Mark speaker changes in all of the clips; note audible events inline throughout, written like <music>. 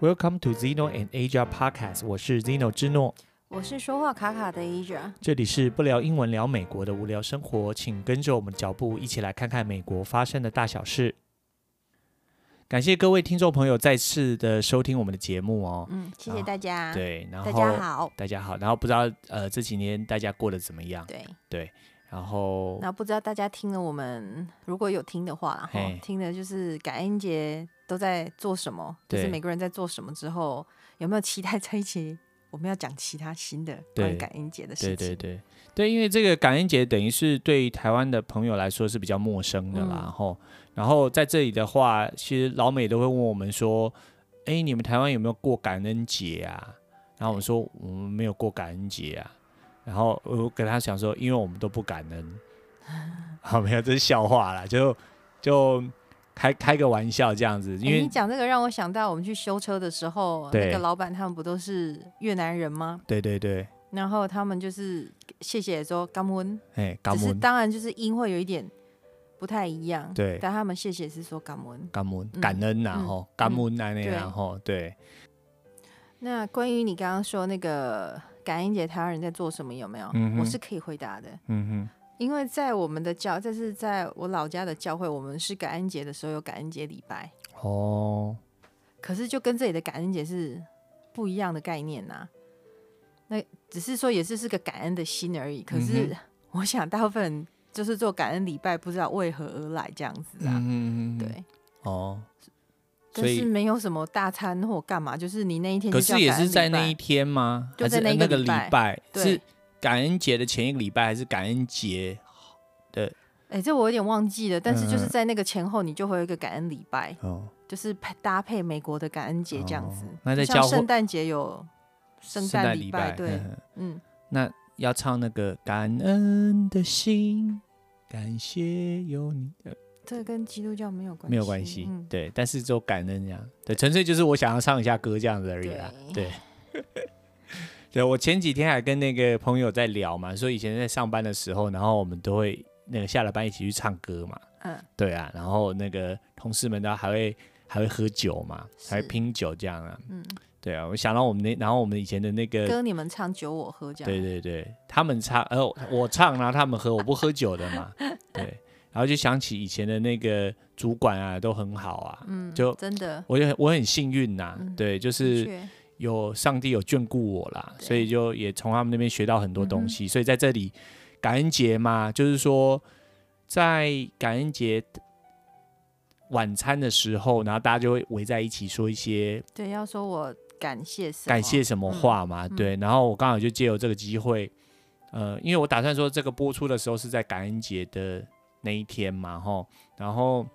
Speaker 1: Welcome to Zeno and Asia Podcast，我是 Zeno 之诺，
Speaker 2: 我是说话卡卡的 Asia。
Speaker 1: 这里是不聊英文聊美国的无聊生活，请跟着我们脚步一起来看看美国发生的大小事。感谢各位听众朋友再次的收听我们的节目哦。
Speaker 2: 嗯，谢谢大家。，
Speaker 1: 对，然后
Speaker 2: 大家好。
Speaker 1: 大家好，然后不知道呃这几年大家过得怎么样？
Speaker 2: 对，
Speaker 1: 然后
Speaker 2: 那不知道大家听了我们，如果有听的话啦，哈
Speaker 1: 嘿，
Speaker 2: 听的就是感恩节都在做什么，就
Speaker 1: 对
Speaker 2: 是每个人在做什么之后，有没有期待在一起？我们要讲其他新的
Speaker 1: 对
Speaker 2: 关于感恩节的事
Speaker 1: 对
Speaker 2: 情。
Speaker 1: 对对对，因为这个感恩节等于是对台湾的朋友来说是比较陌生的啦，
Speaker 2: 嗯
Speaker 1: 吼、然后在这里的话，其实老美都会问我们说，哎，你们台湾有没有过感恩节啊？然后我们说我们没有过感恩节啊。然后我跟他想说，因为我们都不感恩。
Speaker 2: <laughs>
Speaker 1: 好，没有，这是笑话啦，就就开开个玩笑这样子，因
Speaker 2: 哎
Speaker 1: 为、
Speaker 2: 你讲这个让我想到，我们去修车的时候，
Speaker 1: 对
Speaker 2: 那个老板他们不都是越南人吗？
Speaker 1: 对对对，
Speaker 2: 然后他们就是谢谢说感恩，
Speaker 1: 哎，感
Speaker 2: 只是
Speaker 1: 恩，
Speaker 2: 当然就是音会有一点不太一样。
Speaker 1: 对
Speaker 2: 但他们谢谢是说感恩。
Speaker 1: 感恩，
Speaker 2: 嗯
Speaker 1: 感恩呐、
Speaker 2: 嗯
Speaker 1: 吼、感恩呐、那
Speaker 2: 对
Speaker 1: 然后对。
Speaker 2: 那关于你刚刚说那个感恩节台湾人在做什么，有没有？
Speaker 1: 嗯哼
Speaker 2: 我是可以回答的，
Speaker 1: 嗯
Speaker 2: 因为在我们的教，这是在我老家的教会，我们是感恩节的时候有感恩节礼拜，
Speaker 1: 哼，哦，
Speaker 2: 可是就跟这里的感恩节是不一样的概念呐、那只是说也是是个感恩的心而已，可
Speaker 1: 嗯
Speaker 2: 是我想大部分人就是做感恩礼拜，不知道为何而来这样子啊，
Speaker 1: 嗯，
Speaker 2: 对。
Speaker 1: 哦，所
Speaker 2: 但是
Speaker 1: 以
Speaker 2: 没有什么大餐或干嘛，就是你那一天
Speaker 1: 可
Speaker 2: 就叫
Speaker 1: 是也
Speaker 2: 感恩
Speaker 1: 是在那
Speaker 2: 礼
Speaker 1: 一天吗？
Speaker 2: 就
Speaker 1: 还
Speaker 2: 在
Speaker 1: 是
Speaker 2: 那
Speaker 1: 呃
Speaker 2: 一
Speaker 1: 那个
Speaker 2: 个礼
Speaker 1: 礼
Speaker 2: 拜
Speaker 1: 拜
Speaker 2: 拜对
Speaker 1: 是，感恩节的前一个礼拜，还是感恩节？
Speaker 2: 哎、这我有点忘记了，但是就是
Speaker 1: 嗯
Speaker 2: 在那个前后，你就会有一个感恩礼拜，
Speaker 1: 哦，
Speaker 2: 就是配搭配美国的感恩节这样子。
Speaker 1: 哦那在
Speaker 2: 就
Speaker 1: 教
Speaker 2: 像
Speaker 1: 会
Speaker 2: 圣诞节有圣诞
Speaker 1: 诞
Speaker 2: 礼
Speaker 1: 拜，
Speaker 2: 对，
Speaker 1: 嗯
Speaker 2: 嗯，
Speaker 1: 那要唱那个感恩的心，感谢有你，呃
Speaker 2: 这跟基督教没有关系，
Speaker 1: 没有关系
Speaker 2: 嗯，，
Speaker 1: 对，但是就感恩这样，对，纯粹就是我想要唱一下歌这样子而已啦，
Speaker 2: 对
Speaker 1: 对。 <laughs> 对，我前几天还跟那个朋友在聊嘛，说以前在上班的时候，然后我们都会那个下了班一起去唱歌嘛，
Speaker 2: 嗯，
Speaker 1: 对啊，然后那个同事们都还会还会喝酒嘛，
Speaker 2: 是
Speaker 1: 还会拼酒这样啊。
Speaker 2: 嗯，
Speaker 1: 对啊，我想到我们那，然后我们以前的那个，
Speaker 2: 跟你们唱酒我喝这样，
Speaker 1: 对对对，他们唱，呃，我唱，然后他们喝，我不喝酒的
Speaker 2: <laughs>
Speaker 1: 嘛。对，然后就想起以前的那个主管啊，都很好啊，
Speaker 2: 嗯，
Speaker 1: 就
Speaker 2: 真的
Speaker 1: 我也很我很幸运呐、
Speaker 2: 嗯
Speaker 1: 对，就
Speaker 2: 的
Speaker 1: 是
Speaker 2: 确
Speaker 1: 有上帝有眷顾我啦，
Speaker 2: 对
Speaker 1: 所以就也从他们那边学到很多东
Speaker 2: 嗯哼
Speaker 1: 西。所以在这里，感恩节嘛，就是说在感恩节晚餐的时候，然后大家就会围在一起说一些
Speaker 2: 对，要说我感谢什么
Speaker 1: 感谢，什么话嘛，
Speaker 2: 嗯
Speaker 1: 对。然后我刚好就借由这个机会，呃，因为我打算说这个播出的时候是在感恩节的那一天嘛，吼，然后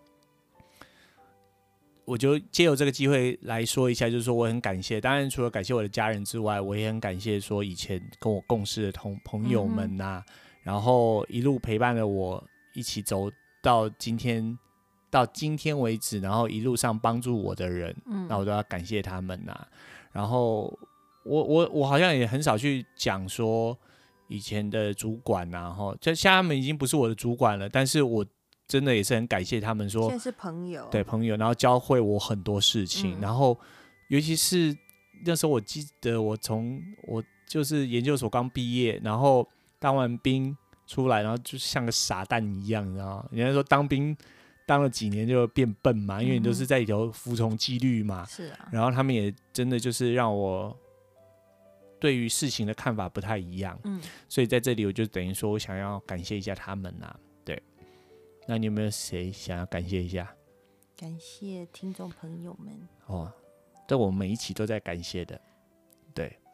Speaker 1: 我就借由这个机会来说一下，就是说我很感谢，当然除了感谢我的家人之外，我也很感谢说以前跟我共事的同朋友们呐、
Speaker 2: 嗯
Speaker 1: 然后一路陪伴了我一起走到今天。到今天为止，然后一路上帮助我的人，
Speaker 2: 嗯
Speaker 1: 那我都要感谢他们呐、啊然后我我我好像也很少去讲说以前的主管呐、啊，哈，就现在他们已经不是我的主管了，但是我真的也是很感谢他们说
Speaker 2: 现在是朋友，
Speaker 1: 对，朋友，然后教会我很多事情，
Speaker 2: 嗯
Speaker 1: 然后尤其是那时候我记得我从我就是研究所刚毕业，然后当完兵出来，然后就像个傻蛋一样，你知道吗？人家说当兵当了几年就变笨嘛，因为你都
Speaker 2: 嗯哼
Speaker 1: 是在里头服从纪律嘛，
Speaker 2: 是啊，
Speaker 1: 然后他们也真的就是让我对于事情的看法不太一样，
Speaker 2: 嗯，
Speaker 1: 所以在这里我就等于说我想要感谢一下他们呐、对。那你有没有谁想要感谢一下？
Speaker 2: 感谢听众朋友们，
Speaker 1: 哦，这我们每一期都在感谢的，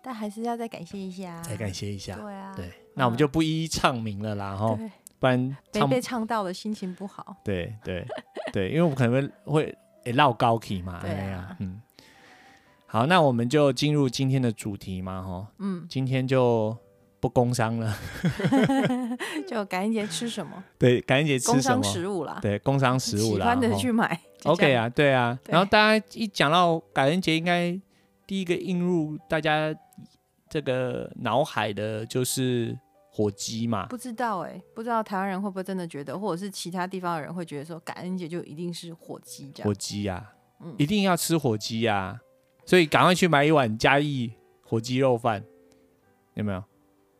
Speaker 2: 但还是要再感谢一下，啊
Speaker 1: 再感谢一下。
Speaker 2: 对啊，
Speaker 1: 对，那我们就不一一唱名了啦，哈，
Speaker 2: 对。
Speaker 1: 不然
Speaker 2: 没
Speaker 1: 唱
Speaker 2: 被唱到的心情不好。
Speaker 1: <laughs> 对对对，因为我们可能会会诶绕高起嘛，
Speaker 2: 对啊
Speaker 1: 哎呀嗯。好，那我们就进入今天的主题嘛，哈，
Speaker 2: 嗯，
Speaker 1: 今天就不工商了，
Speaker 2: 就感恩节吃什么？
Speaker 1: 对，感恩节吃
Speaker 2: 工
Speaker 1: 什
Speaker 2: 商
Speaker 1: 么？
Speaker 2: 食物啦，
Speaker 1: 对，工商食物
Speaker 2: 喜
Speaker 1: 啦，
Speaker 2: 欢的
Speaker 1: 吼
Speaker 2: 去买。就这
Speaker 1: OK
Speaker 2: 样，
Speaker 1: 啊，对啊。
Speaker 2: 对
Speaker 1: 然后大家一讲到感恩节，应该第一个映入大家这个脑海的就是火鸡嘛。
Speaker 2: 不知道哎、不知道台湾人会不会真的觉得，或者是其他地方的人会觉得说，感恩节就一定是火鸡这
Speaker 1: 火
Speaker 2: 样。
Speaker 1: 鸡啊，
Speaker 2: 嗯
Speaker 1: 一定要吃火鸡啊，所以赶快去买一碗嘉义火鸡肉饭，有没有？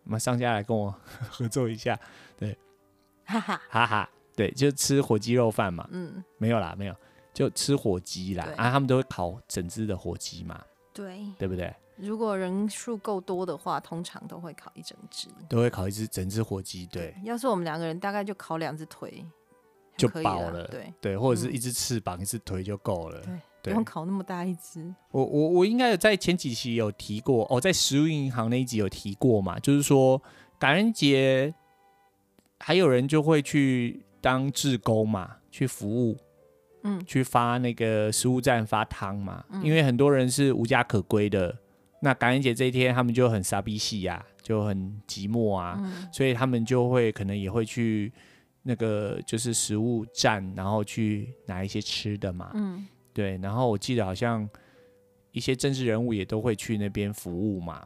Speaker 1: 你们上下来跟我合作一下， <laughs>
Speaker 2: 哈哈，
Speaker 1: 哈哈。对，就吃火鸡肉饭嘛，
Speaker 2: 嗯，
Speaker 1: 没有啦，没有，就吃火鸡啦
Speaker 2: 对。
Speaker 1: 啊，他们都会烤整只的火鸡嘛，
Speaker 2: 对，
Speaker 1: 对不对？
Speaker 2: 如果人数够多的话，通常都会烤一整只。
Speaker 1: 都会烤一只整只火鸡，对，
Speaker 2: 要是我们两个人，大概就烤两只腿
Speaker 1: 就
Speaker 2: 可以
Speaker 1: 饱
Speaker 2: 了
Speaker 1: 了
Speaker 2: 对，
Speaker 1: 对，或者是一只翅膀、一只腿就够了。
Speaker 2: 嗯对，
Speaker 1: 对
Speaker 2: 不用烤那么大一只。
Speaker 1: 我我我应该有在前几期有提过哦，在食物银行那一集有提过嘛，就是说感恩节还有人就会去当志工嘛，去服务，
Speaker 2: 嗯，
Speaker 1: 去发那个食物站发汤嘛，因为很多人是无家可归的，那感恩节这一天他们就很傻逼戏呀，就很寂寞啊，
Speaker 2: 嗯
Speaker 1: 所以他们就会可能也会去那个就是食物站，然后去拿一些吃的嘛，
Speaker 2: 嗯，
Speaker 1: 对，然后我记得好像一些政治人物也都会去那边服务嘛，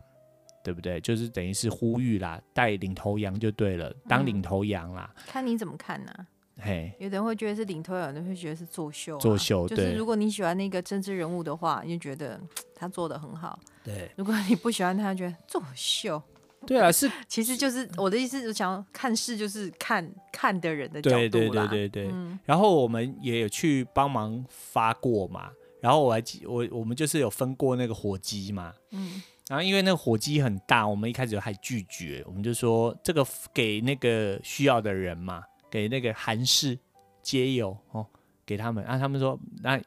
Speaker 1: 对不对？就是等于是呼吁啦，带领头羊就对了，当
Speaker 2: 嗯
Speaker 1: 领头羊啦，
Speaker 2: 看你怎么看呢、
Speaker 1: 嘿，
Speaker 2: 有的人会觉得是领头羊，有的人会觉得是作秀、啊。
Speaker 1: 作秀
Speaker 2: 就是
Speaker 1: 对
Speaker 2: 如果你喜欢那个政治人物的话，你就觉得嘖他做的很好；
Speaker 1: 对，
Speaker 2: 如果你不喜欢他，就觉得作秀。
Speaker 1: 对啊，是，
Speaker 2: 其实就是我的意思，我想要看事就是看看的人的角度
Speaker 1: 对
Speaker 2: 啦。
Speaker 1: 对对对对。
Speaker 2: 嗯
Speaker 1: 然后我们也有去帮忙发过嘛，然后我还记我我们就是有分过那个火鸡嘛，
Speaker 2: 嗯
Speaker 1: 然后因为那个火鸡很大，我们一开始还拒绝，我们就说这个给那个需要的人嘛，给那个韩式街友哦，给他们。啊，他们说那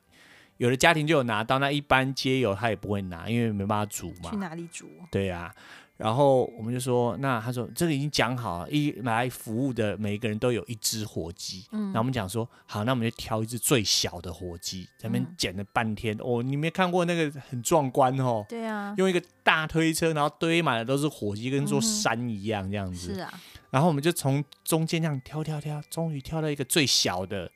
Speaker 1: 有的家庭就有拿到，那一般街友他也不会拿，因为没办法煮
Speaker 2: 去
Speaker 1: 嘛。
Speaker 2: 哪里煮？
Speaker 1: 对啊，然后我们就说，那他说这个已经讲好了，一来服务的每一个人都有一只火鸡。
Speaker 2: 嗯
Speaker 1: 然后我们讲说，好，那我们就挑一只最小的火鸡，咱们
Speaker 2: 嗯
Speaker 1: 捡了半天。哦，你没看过那个很壮观哦。
Speaker 2: 对啊，
Speaker 1: 用一个大推车，然后堆满了都是火鸡，跟座
Speaker 2: 嗯哼
Speaker 1: 山一样这样子。
Speaker 2: 是啊，
Speaker 1: 然后我们就从中间这样挑挑挑，终于挑到一个最小的。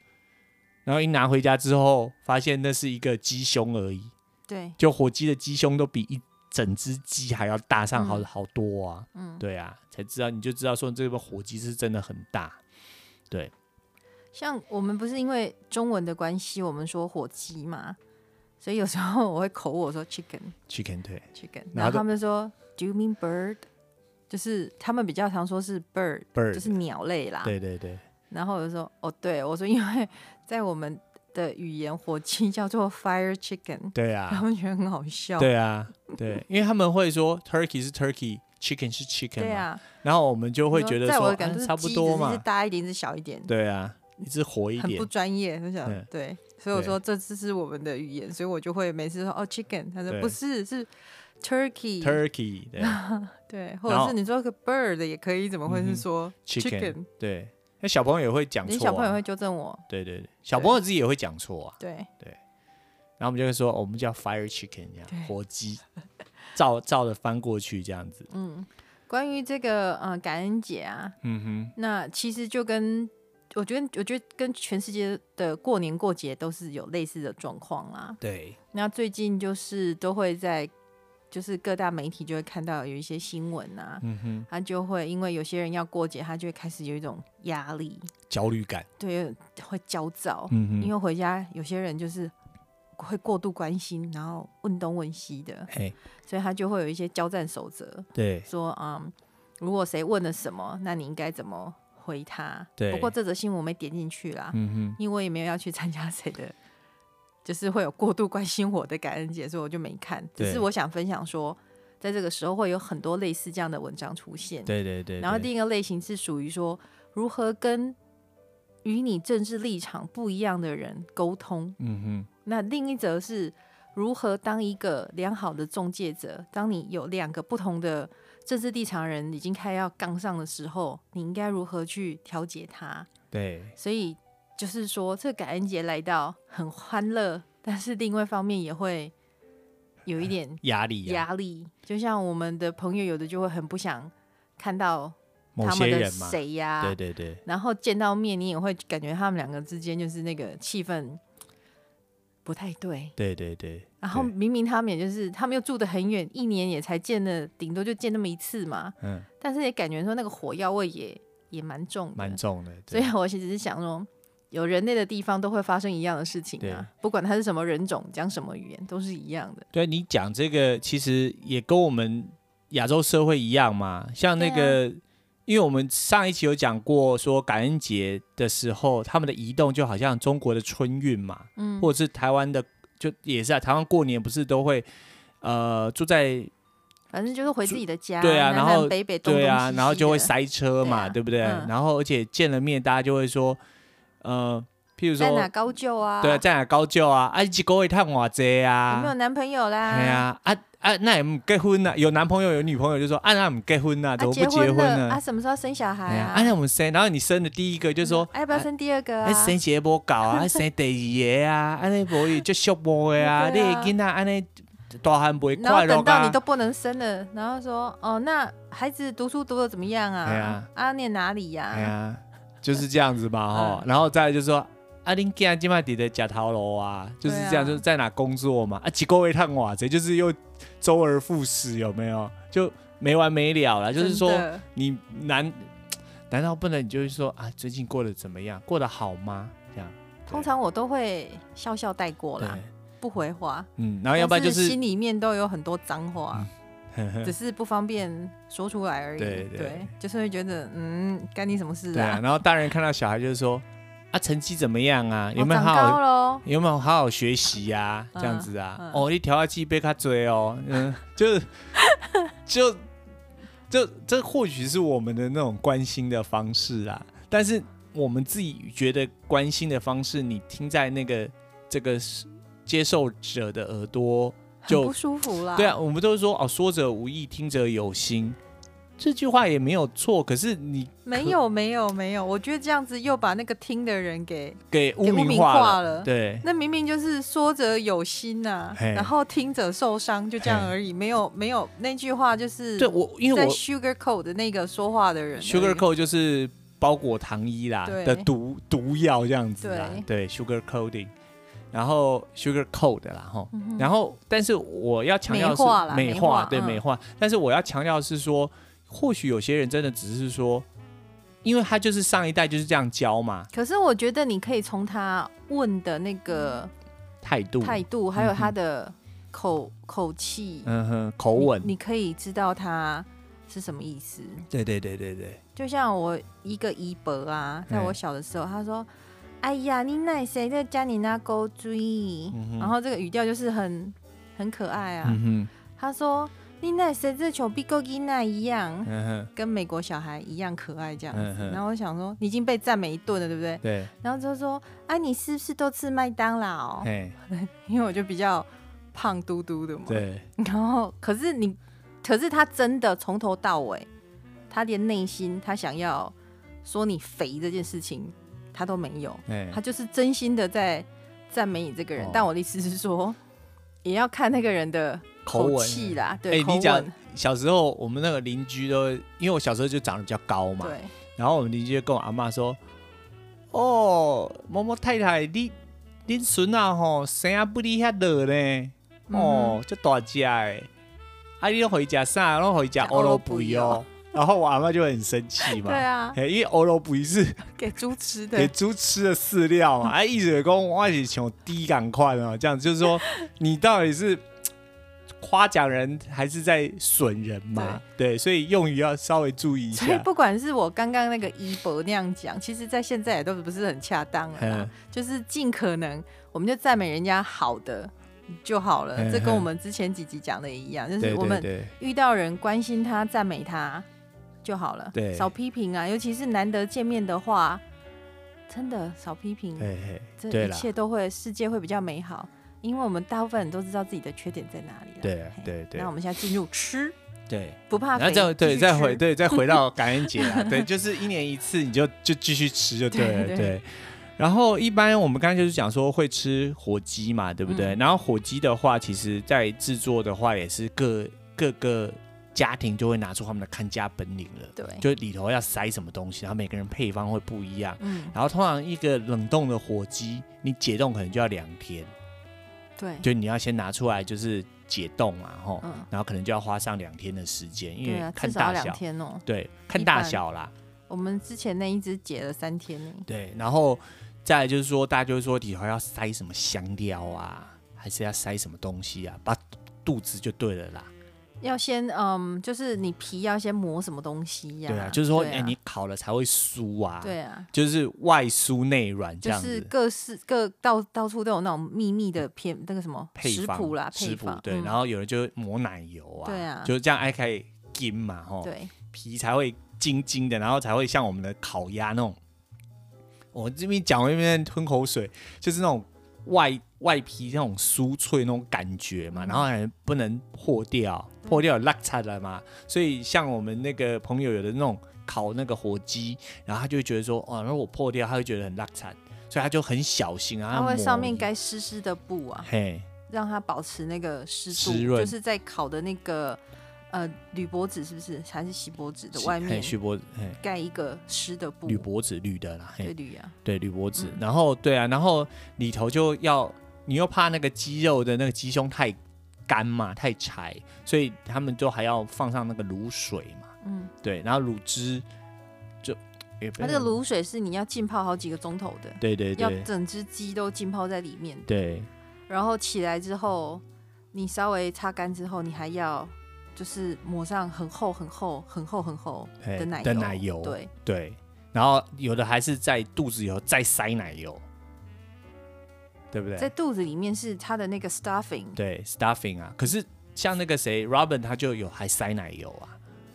Speaker 1: 然后一拿回家之后，发现那是一个鸡胸而已，
Speaker 2: 对，
Speaker 1: 就火鸡的鸡胸都比一整只鸡还要大上好、
Speaker 2: 嗯
Speaker 1: 好多啊。
Speaker 2: 嗯，
Speaker 1: 对啊，才知道你就知道说这个火鸡是真的很大。
Speaker 2: 像我们不是因为中文的关系，我们说火鸡嘛，所以有时候我会口误我说 chicken
Speaker 1: Chicken 腿
Speaker 2: chicken，
Speaker 1: 然后
Speaker 2: 然后
Speaker 1: 就
Speaker 2: 他们就说 do you mean bird？就是他们比较常说是 bird，
Speaker 1: bird，、
Speaker 2: 就是鸟类啦。
Speaker 1: 对对对，
Speaker 2: 然后我就说哦，对我说因为 <laughs> 在我们的语言，火鸡叫做 fire chicken，
Speaker 1: 对啊，
Speaker 2: 他们觉得很好笑。
Speaker 1: 对啊，对，因为他们会说 turkey 是 turkey，chicken 是 chicken
Speaker 2: 对
Speaker 1: 嘛，
Speaker 2: 啊，
Speaker 1: 然后我们就会觉得
Speaker 2: 在
Speaker 1: 说，
Speaker 2: 我的感
Speaker 1: 嗯
Speaker 2: 觉就是
Speaker 1: 差不
Speaker 2: 鸡
Speaker 1: 多
Speaker 2: 只
Speaker 1: 嘛
Speaker 2: 是，大一点，只小一点，
Speaker 1: 对啊，一只活一
Speaker 2: 很
Speaker 1: 点
Speaker 2: 不，专业。我想
Speaker 1: 嗯
Speaker 2: 对，所以我
Speaker 1: 对
Speaker 2: 说这次是我们的语言，所以我就会每次说哦 chicken，他说
Speaker 1: 对
Speaker 2: 不是是 turkey， <laughs>
Speaker 1: turkey 对啊
Speaker 2: 对，或者
Speaker 1: 然后嗯
Speaker 2: 是你说个 bird 也可以，怎么会是说
Speaker 1: chicken 对，那小朋友也会讲错、
Speaker 2: 你
Speaker 1: 啊，
Speaker 2: 小朋友会纠正我，
Speaker 1: 对对对，小朋友自己也会讲错啊，
Speaker 2: 对
Speaker 1: 然后我们就会说、哦我们叫 fire chicken 这
Speaker 2: 对
Speaker 1: 样，火鸡， <laughs> 照照着翻过去这样子，
Speaker 2: 关于这个呃感恩节啊，
Speaker 1: 嗯哼，
Speaker 2: 那其实就跟我觉得，我觉得跟全世界的过年过节都是有类似的状况啦。
Speaker 1: 对，
Speaker 2: 那最近就是都会在，就是各大媒体就会看到有一些新闻啊，
Speaker 1: 嗯哼，
Speaker 2: 他就会因为有些人要过节，他就会开始有一种压力，
Speaker 1: 焦虑感，
Speaker 2: 对，会焦躁，
Speaker 1: 嗯哼，
Speaker 2: 哦因
Speaker 1: 为
Speaker 2: 为回家有些人就是会过度关心，然后问东问西的，
Speaker 1: 哎，
Speaker 2: 所以他就会有一些交战守则，
Speaker 1: 对
Speaker 2: 说嗯，如果谁问了什么，那你应该怎么回他？
Speaker 1: 对
Speaker 2: 不过这则新闻我没点进去啦，
Speaker 1: 嗯
Speaker 2: 因为我也没有要去参加谁的，就是会有过度关心我的感恩节，所以我就没看。只
Speaker 1: 对
Speaker 2: 是我想分享说，在这个时候会有很多类似这样的文章出现
Speaker 1: 哼，。对对对，
Speaker 2: 然后
Speaker 1: 对
Speaker 2: 第一个类型是属于说如何跟与你政治立场不一样的人沟通，
Speaker 1: 嗯
Speaker 2: 那另一则是如何当一个良好的中介者。当你有两个不同的政治立场人已经开要杠上的时候，你应该如何去调节它？
Speaker 1: 哼，对
Speaker 2: 所以就是说，这感恩节来到很欢乐，但是另外一方面也会有一点
Speaker 1: 压力啊，
Speaker 2: 压力。就像我们的朋友，有的就会很不想看到
Speaker 1: 某
Speaker 2: 他
Speaker 1: 些
Speaker 2: 们的
Speaker 1: 人嘛，
Speaker 2: 谁啊呀、
Speaker 1: 对对对，
Speaker 2: 然后见到面，你也会感觉他们两个之间就是那个气氛不太对。
Speaker 1: 对对对，
Speaker 2: 然后
Speaker 1: 对
Speaker 2: 明明他们也就是他们又住得很远，一年也才见了，顶多就见那么一次嘛。
Speaker 1: 嗯，
Speaker 2: 但是也感觉说那个火药味也也蛮重的，
Speaker 1: 蛮重的，
Speaker 2: 所以
Speaker 1: 对
Speaker 2: 我其实是想说，有人类的地方都会发生一样的事情
Speaker 1: 对
Speaker 2: 啊，不管他是什么人种，讲什么语言，都是一样的。
Speaker 1: 对你讲这个，其实也跟我们亚洲社会一样嘛。像那个，
Speaker 2: 啊
Speaker 1: 因为我们上一期有讲过，说感恩节的时候，他们的移动就好像中国的春运嘛，
Speaker 2: 嗯，
Speaker 1: 或者是台湾的，就也是啊。台湾过年不是都会，呃，住在
Speaker 2: 反正就是回自己的家，
Speaker 1: 对啊
Speaker 2: 南
Speaker 1: 然
Speaker 2: 南
Speaker 1: 后
Speaker 2: 北北东东
Speaker 1: 对
Speaker 2: 西
Speaker 1: 啊，
Speaker 2: 西
Speaker 1: 然后就会
Speaker 2: 的
Speaker 1: 塞车嘛，
Speaker 2: 对啊
Speaker 1: 对不对？
Speaker 2: 嗯
Speaker 1: 然后而且见了面，大家就会说，呃，譬如
Speaker 2: 在哪
Speaker 1: 说，
Speaker 2: 高就啊，
Speaker 1: 对啊，在哪高就啊，啊，一个月探我这啊，
Speaker 2: 有没有男朋友啦？
Speaker 1: 哎呀，啊啊，那也不结婚呐、有男朋友有女朋友就说啊，那不结婚呐、
Speaker 2: 啊，
Speaker 1: 怎么不
Speaker 2: 结
Speaker 1: 结婚
Speaker 2: 了
Speaker 1: 呢？
Speaker 2: 啊，什么时候生小
Speaker 1: 哎
Speaker 2: 孩
Speaker 1: 呀，
Speaker 2: 啊？
Speaker 1: 啊，那我们生，然后你生的第一个就说
Speaker 2: 嗯，啊要不要生第二个
Speaker 1: 哎，
Speaker 2: 啊？
Speaker 1: 生一个无搞
Speaker 2: <laughs>
Speaker 1: 啊，生第二个啊，安尼无就寂寞的啊，你
Speaker 2: 对啊
Speaker 1: 的囡仔安尼大汉不会
Speaker 2: 然后
Speaker 1: 快乐
Speaker 2: 等到
Speaker 1: 啊
Speaker 2: 你都。不能生了，然后说哦，那孩子读书读的怎么样
Speaker 1: 哎
Speaker 2: 啊
Speaker 1: 呀？
Speaker 2: 啊，念哪里呀、
Speaker 1: 哎呀，就是这样子嘛
Speaker 2: 嗯
Speaker 1: 哈，然后再来就说。啊，恁囝今麦伫咧食头路啊，就是这样，
Speaker 2: 对啊
Speaker 1: 就是在哪工作嘛，啊，一个月探我这就是又周而复始，有没有？就没完没了了，就是说
Speaker 2: 真，的
Speaker 1: 你难难道不能你就是说啊，最近过得怎么样？过得好吗？这样
Speaker 2: 通常我都会笑笑带过
Speaker 1: 对
Speaker 2: 啦，，不回话。
Speaker 1: 嗯，然后要不然就
Speaker 2: 但
Speaker 1: 是 <laughs> 嗯啊
Speaker 2: 心里面都有很多脏话，只是不方便说出来而已。
Speaker 1: 对对
Speaker 2: 就是会觉得嗯，干你什么事
Speaker 1: 对啊，
Speaker 2: 啊？
Speaker 1: 然后大人看到小孩就是说啊，成绩怎么样啊？
Speaker 2: 我
Speaker 1: 有没有好
Speaker 2: 哦长高
Speaker 1: 好？
Speaker 2: 喽？
Speaker 1: 有没有好好学习呀、
Speaker 2: 嗯
Speaker 1: 这样子啊，
Speaker 2: 嗯
Speaker 1: 哦，你调下机被他追哦，嗯，就是 <laughs> 就就这或许是我们的那种关心的方式啊，但是我们自己觉得关心的方式，你听在那个这个接受者的耳朵
Speaker 2: 很
Speaker 1: 就
Speaker 2: 不舒服啦。
Speaker 1: 对啊，我们都是说哦，说者无意，听者有心，这句话也没有错。可是你
Speaker 2: 没有没有没有，我觉得这样子又把那个听的人给
Speaker 1: 给污
Speaker 2: 给
Speaker 1: 名
Speaker 2: 化
Speaker 1: 化了，
Speaker 2: 了。
Speaker 1: 对
Speaker 2: 那明明就是说者有心呐、
Speaker 1: 嘿
Speaker 2: 然后听者受伤，就这样而已，没有没有那句话就是
Speaker 1: 对，我因为
Speaker 2: 在
Speaker 1: 我
Speaker 2: sugar coat 的那个说话的人而已
Speaker 1: sugar coat 就是包裹糖衣啦
Speaker 2: 对
Speaker 1: 的毒毒药这样子啦，对 sugar coating，然后 sugar coat 啦吼。
Speaker 2: 嗯哼
Speaker 1: 然后，但是我要强调的是
Speaker 2: 美化啦美
Speaker 1: 美
Speaker 2: 化
Speaker 1: 化，对
Speaker 2: 嗯
Speaker 1: 美化。但是我要强调的是说，或许有些人真的只是说，因为他就是上一代就是这样教嘛，
Speaker 2: 可是我觉得你可以从他问的那个
Speaker 1: 态度，
Speaker 2: 态度，还有他的口、口气、
Speaker 1: 嗯哼，口
Speaker 2: 你
Speaker 1: 吻，
Speaker 2: 你可以知道他是什么意思。
Speaker 1: 对对对对对，
Speaker 2: 就像我一个姨伯啊，在
Speaker 1: 嘿
Speaker 2: 我小的时候，他说：“哎呀，你奶谁在家里拿狗追？”
Speaker 1: 嗯哼
Speaker 2: 然后这个语调就是很很可爱啊。
Speaker 1: 嗯
Speaker 2: 他说：“你奶谁这球比狗囡那一样
Speaker 1: 哼，，嗯哼，
Speaker 2: 跟美国小孩一样可爱这样
Speaker 1: 嗯
Speaker 2: 子。”
Speaker 1: 哼
Speaker 2: 然后我想说，你已经被赞美一顿了，对不对？
Speaker 1: 对，
Speaker 2: 然后就说：“啊，你是不是都吃麦当劳？
Speaker 1: 哎，
Speaker 2: 因为我就比较胖嘟嘟的嘛。”
Speaker 1: 对，
Speaker 2: <laughs> 然后，可是你，可是他真的从头到尾，他连内心他想要说你肥这件事情，他都没有，
Speaker 1: 哎
Speaker 2: 他，就是真心的在赞美你这个人。
Speaker 1: 哦
Speaker 2: 但我的意思是说， <laughs> 也要看那个人的
Speaker 1: 口吻
Speaker 2: 气啦，
Speaker 1: 哎
Speaker 2: 对，
Speaker 1: 你
Speaker 2: 口
Speaker 1: 讲
Speaker 2: 吻，
Speaker 1: 小时候我们那个邻居都，因为我小时候就长得比较高嘛，
Speaker 2: 对，
Speaker 1: 然后我们邻居就跟我阿妈说：“哦，某某太太，你恁孙啊吼，生啊不离遐落呢，
Speaker 2: 嗯
Speaker 1: 哦，这大只诶，啊，你拢回家啥？拢回家
Speaker 2: 吃
Speaker 1: 欧罗
Speaker 2: 乌
Speaker 1: 布
Speaker 2: 肉
Speaker 1: 哟。”哦然后我阿妈就很生气嘛，
Speaker 2: <laughs> 对啊，
Speaker 1: 嘿因为欧罗布是
Speaker 2: 给猪吃
Speaker 1: 给
Speaker 2: 的，
Speaker 1: 猪吃的饲料
Speaker 2: <laughs>
Speaker 1: 嘛，哎、啊，一直讲我是求低赶快啊，这样子就是
Speaker 2: <laughs>
Speaker 1: 说你到底是夸奖人还是在损人嘛？对，所以用语要稍微注意一
Speaker 2: 所以
Speaker 1: 下。
Speaker 2: 不管是我刚刚那个一博那样讲，其实在现在也都不是很恰当了啦
Speaker 1: 嗯。
Speaker 2: 就是尽可能，我们就赞美人家好的就好了。
Speaker 1: 嗯
Speaker 2: 这跟我们之前几集讲的一样，就是
Speaker 1: 对
Speaker 2: 我
Speaker 1: 对
Speaker 2: 们
Speaker 1: 对，
Speaker 2: 遇到人关心他、赞美他就好了，
Speaker 1: 对
Speaker 2: 少批评啊。尤其是难得见面的话，真的少批评，
Speaker 1: 嘿嘿，
Speaker 2: 这
Speaker 1: 哎对
Speaker 2: 一
Speaker 1: 啦
Speaker 2: 切都会世界会比较美好。因为我们大部分人都知道自己的缺点在哪里了。啊
Speaker 1: 对啊
Speaker 2: 嘿
Speaker 1: 对对
Speaker 2: 那我们现在进入吃，
Speaker 1: 对，
Speaker 2: 不怕
Speaker 1: 然
Speaker 2: 肥，
Speaker 1: 后再
Speaker 2: 继
Speaker 1: 对
Speaker 2: 续
Speaker 1: 再
Speaker 2: 吃
Speaker 1: 回对再回到感恩节啊，对，就是一年一次，你就就继续吃就对了，
Speaker 2: 对对
Speaker 1: 对。然后一般我们刚才就是讲说会吃火鸡嘛，对不对？
Speaker 2: 嗯
Speaker 1: 然后火鸡的话，其实在制作的话也是各各个家庭就会拿出他们的看家本领了，
Speaker 2: 对，
Speaker 1: 就里头要塞什么东西，然后每个人配方会不一样。
Speaker 2: 嗯
Speaker 1: 然后通常一个冷冻的火鸡，你解冻可能就要两天，
Speaker 2: 对，
Speaker 1: 就你要先拿出来就是解冻嘛，吼，
Speaker 2: 嗯
Speaker 1: 然后可能就要花上两天的时间，因
Speaker 2: 对
Speaker 1: 为
Speaker 2: 啊，
Speaker 1: 看
Speaker 2: 至
Speaker 1: 大
Speaker 2: 少
Speaker 1: 小
Speaker 2: 两，天哦、
Speaker 1: 对，看
Speaker 2: 一
Speaker 1: 大
Speaker 2: 般
Speaker 1: 小啦，
Speaker 2: 我们之前那一只解了三天呢、
Speaker 1: 对，然后再来就是说，大家就会说里头要塞什么香料啊，还是要塞什么东西啊，把肚子就对了啦。
Speaker 2: 要先嗯，就是你皮要先磨什么东西呀、
Speaker 1: 对啊，就是说，哎、
Speaker 2: 对啊
Speaker 1: 你烤了才会酥啊。
Speaker 2: 对啊，
Speaker 1: 就是外酥内软这
Speaker 2: 就
Speaker 1: 样
Speaker 2: 是
Speaker 1: 子。
Speaker 2: 各式各到到处都有那种秘密的偏那个什么
Speaker 1: 配
Speaker 2: 食
Speaker 1: 方
Speaker 2: 谱啦，
Speaker 1: 食
Speaker 2: 配
Speaker 1: 谱
Speaker 2: 方
Speaker 1: 对，
Speaker 2: 嗯
Speaker 1: 然后有人就抹奶油啊，
Speaker 2: 对啊
Speaker 1: 就是这样还可以筋嘛，吼，
Speaker 2: 对
Speaker 1: 皮才会筋筋的，然后才会像我们的烤鸭那种。我这边讲，我这边吞口水，就是那种外外皮那种酥脆那种感觉嘛，然后还不能破掉，破掉有落差了嘛。所以像我们那个朋友有的那种烤那个火鸡，然后他就会觉得说，哦，如果破掉，他会觉得很落差，所以他就很小心啊，
Speaker 2: 它会上面
Speaker 1: 盖，
Speaker 2: 盖湿湿的布啊，
Speaker 1: 嘿，
Speaker 2: 让它保持那个湿度，
Speaker 1: 湿润
Speaker 2: 就是在烤的那个呃铝箔纸是不是还是锡箔纸的外
Speaker 1: 嘿
Speaker 2: 面
Speaker 1: 铝箔，嘿，
Speaker 2: 盖一个湿的布，
Speaker 1: 铝箔纸铝的啦，嘿
Speaker 2: 对，铝啊，
Speaker 1: 对，铝箔纸。然后对啊，然后里头就要你又怕那个鸡肉的那个鸡胸太干嘛，太柴，所以他们就还要放上那个卤水嘛。
Speaker 2: 嗯，
Speaker 1: 对，然后卤汁就也不
Speaker 2: 它啊这个卤水是你要浸泡好几个钟头的，
Speaker 1: 对对
Speaker 2: 要
Speaker 1: 对
Speaker 2: 整只鸡都浸泡在里面，
Speaker 1: 对
Speaker 2: 然后起来之后，你稍微擦干之后，你还要就是抹上很厚很厚很厚很厚
Speaker 1: 嘿
Speaker 2: 的奶油，
Speaker 1: 的奶油
Speaker 2: 对，
Speaker 1: 对，然后有的还是在肚子里头再塞奶油，对不对？
Speaker 2: 在肚子里面是它的那个 stuffing，
Speaker 1: 对 stuffing 啊，可是像那个谁 Robin 他就有还塞奶油啊，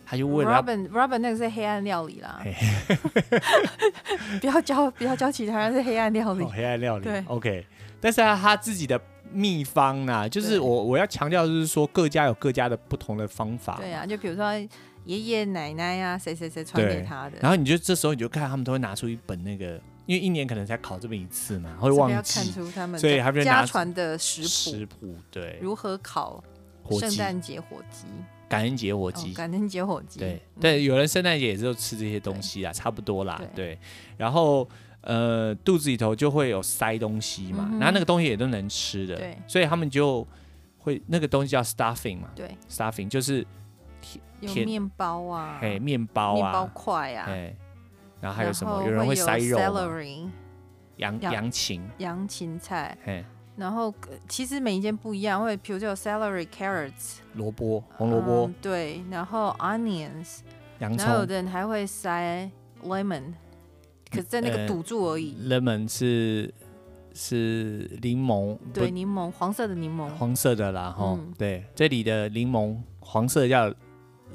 Speaker 1: 他就为了要
Speaker 2: Robin Robin 那个是黑暗料理啦， <laughs>
Speaker 1: <laughs>
Speaker 2: 不要教不要教其他人是黑暗料理
Speaker 1: 哦，，黑暗料理。
Speaker 2: 对
Speaker 1: o k 但是啊，他自己的秘方呢、就是
Speaker 2: 对
Speaker 1: 我我要强调，就是说各家有各家的不同的方法。
Speaker 2: 对啊，就比如说爷爷奶奶啊，谁谁谁传给
Speaker 1: 对
Speaker 2: 他的，
Speaker 1: 然后你就这时候你就看他们都会拿出一本那个，因为一年可能才考这么一次嘛，会
Speaker 2: 这个
Speaker 1: 忘
Speaker 2: 要看
Speaker 1: 记
Speaker 2: 出他们
Speaker 1: 所以
Speaker 2: 的
Speaker 1: 他们就拿
Speaker 2: 家
Speaker 1: 出
Speaker 2: 传的食
Speaker 1: 食
Speaker 2: 谱，
Speaker 1: 谱。对，
Speaker 2: 如何烤
Speaker 1: 火
Speaker 2: 圣
Speaker 1: 鸡，
Speaker 2: 诞节火鸡，
Speaker 1: 感恩节火
Speaker 2: 哦
Speaker 1: 鸡。
Speaker 2: 感恩节火鸡，
Speaker 1: 对
Speaker 2: 嗯
Speaker 1: 对，有人圣诞节也就吃这些东西啦，差不多啦。
Speaker 2: 对
Speaker 1: 对，然后呃，肚子里头就会有塞东西嘛
Speaker 2: 嗯，哼
Speaker 1: 然后那个东西也都能吃的
Speaker 2: 对，
Speaker 1: 所以他们就会那个东西叫 stuffing 嘛
Speaker 2: 对，
Speaker 1: ，stuffing 就是
Speaker 2: 有
Speaker 1: 甜
Speaker 2: 面包啊，
Speaker 1: 哎，
Speaker 2: 面
Speaker 1: 面包
Speaker 2: 包
Speaker 1: 啊，
Speaker 2: 块啊，
Speaker 1: 哎，然后还有什
Speaker 2: 然
Speaker 1: 么？
Speaker 2: 后
Speaker 1: 有人
Speaker 2: 会
Speaker 1: 塞肉嘛，
Speaker 2: celery、
Speaker 1: 羊
Speaker 2: 羊
Speaker 1: 羊芹，
Speaker 2: 洋芹菜，
Speaker 1: 哎，
Speaker 2: 然后呃其实每一间不一样，会比如说有 celery、carrots、
Speaker 1: 萝卜，红萝卜
Speaker 2: 嗯，，对，然后 onions，
Speaker 1: 洋
Speaker 2: 然后有
Speaker 1: 葱
Speaker 2: 的人还会塞 lemon，可是在那
Speaker 1: 呃
Speaker 2: 个堵住而已，
Speaker 1: ，lemon 是是柠檬，嗯不
Speaker 2: 对，柠檬，黄色的柠檬，
Speaker 1: 黄色的啦，哈
Speaker 2: 嗯，
Speaker 1: 对，这里的柠檬黄色叫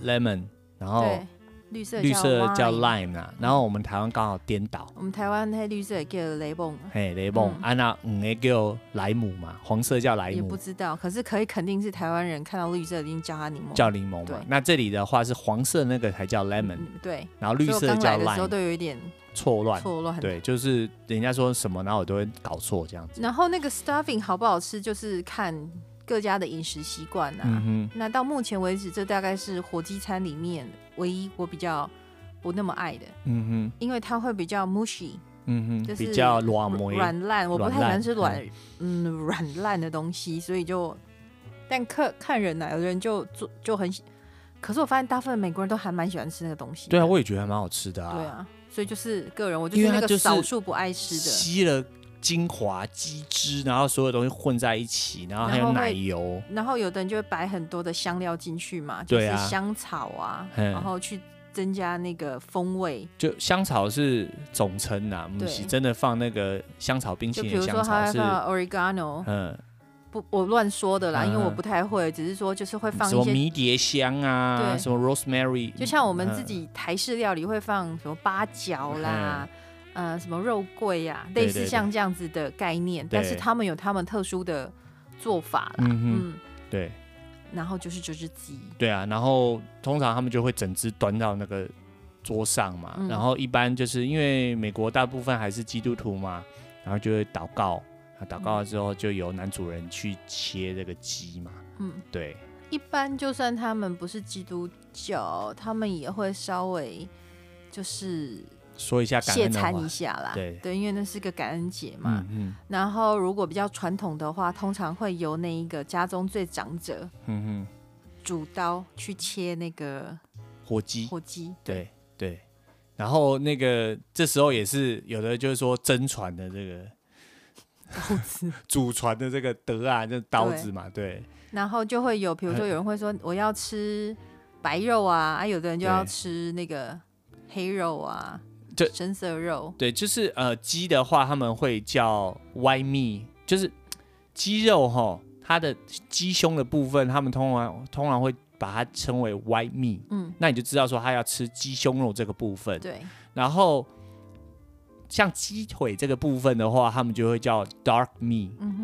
Speaker 1: lemon，然后
Speaker 2: 对，绿色
Speaker 1: 哦绿色叫
Speaker 2: lime 嗯
Speaker 1: lime 啦，然后我们台湾刚好颠倒。
Speaker 2: 我们台湾黑绿色也叫雷蹦，
Speaker 1: 嘿，雷蒙，
Speaker 2: 嗯
Speaker 1: 安娜，嗯，那叫莱姆嘛，黄色叫莱
Speaker 2: 也不
Speaker 1: 姆，
Speaker 2: 知道，可是可以肯定是台湾人看到绿色一定叫它柠檬，
Speaker 1: 叫柠檬嘛
Speaker 2: 对。
Speaker 1: 那这里的话是黄色那个才叫 lemon，
Speaker 2: 嗯对，
Speaker 1: 然后绿
Speaker 2: 所以我
Speaker 1: 色
Speaker 2: 刚来
Speaker 1: 叫
Speaker 2: 的时候
Speaker 1: lime，
Speaker 2: 都有一点
Speaker 1: 错乱。
Speaker 2: 错乱，
Speaker 1: 对，就是人家说什么，然后我都会搞错这样子。
Speaker 2: 然后那个 stuffing 好不好吃，就是看各家的饮食习惯啊。
Speaker 1: 嗯
Speaker 2: 那到目前为止，这大概是火鸡餐里面唯一我比较不那么爱的，
Speaker 1: 哼，嗯
Speaker 2: 因为它会比较 mushy，
Speaker 1: 哼，嗯哼，
Speaker 2: 就是
Speaker 1: 比较软磨。
Speaker 2: 软烂，我不太
Speaker 1: 软
Speaker 2: 喜
Speaker 1: 烂
Speaker 2: 欢吃软嗯软烂的东西，所以就但看看人啊呐、有的人就做就很喜，可是我发现大部分美国人都还蛮喜欢吃那个东西的。
Speaker 1: 对啊，我也觉得还蛮好吃的啊。
Speaker 2: 对，啊，所以就是个人，我就
Speaker 1: 因
Speaker 2: 是
Speaker 1: 为它
Speaker 2: 那
Speaker 1: 就
Speaker 2: 个
Speaker 1: 是
Speaker 2: 少数不爱吃的，
Speaker 1: 吸了精华、鸡汁，然后所有东西混在一起，然后还
Speaker 2: 然
Speaker 1: 有
Speaker 2: 后会
Speaker 1: 奶油。
Speaker 2: 然后有的人就会摆很多的香料进去嘛，就
Speaker 1: 对
Speaker 2: 是
Speaker 1: 啊
Speaker 2: 香草啊，
Speaker 1: 嗯
Speaker 2: 然后去增加那个风味。
Speaker 1: 就香草是总称呐、啊，不
Speaker 2: 对
Speaker 1: 是真的放那个香草冰淇
Speaker 2: 就比
Speaker 1: 淋
Speaker 2: 如
Speaker 1: 的
Speaker 2: 说
Speaker 1: 香
Speaker 2: 他
Speaker 1: 草
Speaker 2: 会
Speaker 1: 是，
Speaker 2: 放 oregano，
Speaker 1: 嗯，
Speaker 2: 不，我乱说的啦，因为我
Speaker 1: 嗯
Speaker 2: 不太会，只是说就是会放
Speaker 1: 什
Speaker 2: 一
Speaker 1: 么
Speaker 2: 些，
Speaker 1: 迷迭香啊，
Speaker 2: 对
Speaker 1: 什么 rosemary，
Speaker 2: 就像我们
Speaker 1: 嗯
Speaker 2: 自己台式料理会放什么八角啦。呃，什么肉桂呀、类
Speaker 1: 对
Speaker 2: 似
Speaker 1: 对
Speaker 2: 像这样子的概念，
Speaker 1: 对
Speaker 2: 但是他们有他们特殊的做法
Speaker 1: 嗯
Speaker 2: 啦，
Speaker 1: 哼，
Speaker 2: 嗯，
Speaker 1: 对
Speaker 2: 然后就是这只鸡，
Speaker 1: 对啊，然后通常他们就会整只端到那个桌上嘛，
Speaker 2: 嗯
Speaker 1: 然后一般就是因为美国大部分还是基督徒嘛，然后就会祷告，然后祷告了之后就由男主人去切这个鸡嘛，
Speaker 2: 嗯，
Speaker 1: 对，
Speaker 2: 一般就算他们不是基督教，他们也会稍微就是
Speaker 1: 说一下感
Speaker 2: 谢
Speaker 1: 恩的
Speaker 2: 餐
Speaker 1: 话
Speaker 2: 一，下啦。
Speaker 1: 对
Speaker 2: 因为那是个感恩节嘛。
Speaker 1: 嗯嗯
Speaker 2: 然后如果比较传统的话，通常会由那一个家中最长者
Speaker 1: 嗯
Speaker 2: 主刀去切那个
Speaker 1: 嗯，火鸡，
Speaker 2: 火鸡。
Speaker 1: 对对，然后那个这时候也是有的，就是说真传的这个
Speaker 2: 刀子，
Speaker 1: <laughs> 祖传的这个德啊，这刀子嘛，对
Speaker 2: 然后就会有，
Speaker 1: <laughs>
Speaker 2: 比如说有人会说我要吃白肉啊，啊，有的人就要
Speaker 1: 对
Speaker 2: 吃那个黑肉啊，
Speaker 1: 这
Speaker 2: 深色肉，
Speaker 1: 对，就是呃鸡的话，他们会叫歪蜜，就是鸡肉哈，它的鸡胸的部分，他们通常通常会把它称为歪蜜，
Speaker 2: 嗯，
Speaker 1: 那你就知道说他要吃鸡胸肉这个部分，
Speaker 2: 对，
Speaker 1: 然后像鸡腿这个部分的话，他们就会叫 dark meat，dark
Speaker 2: 嗯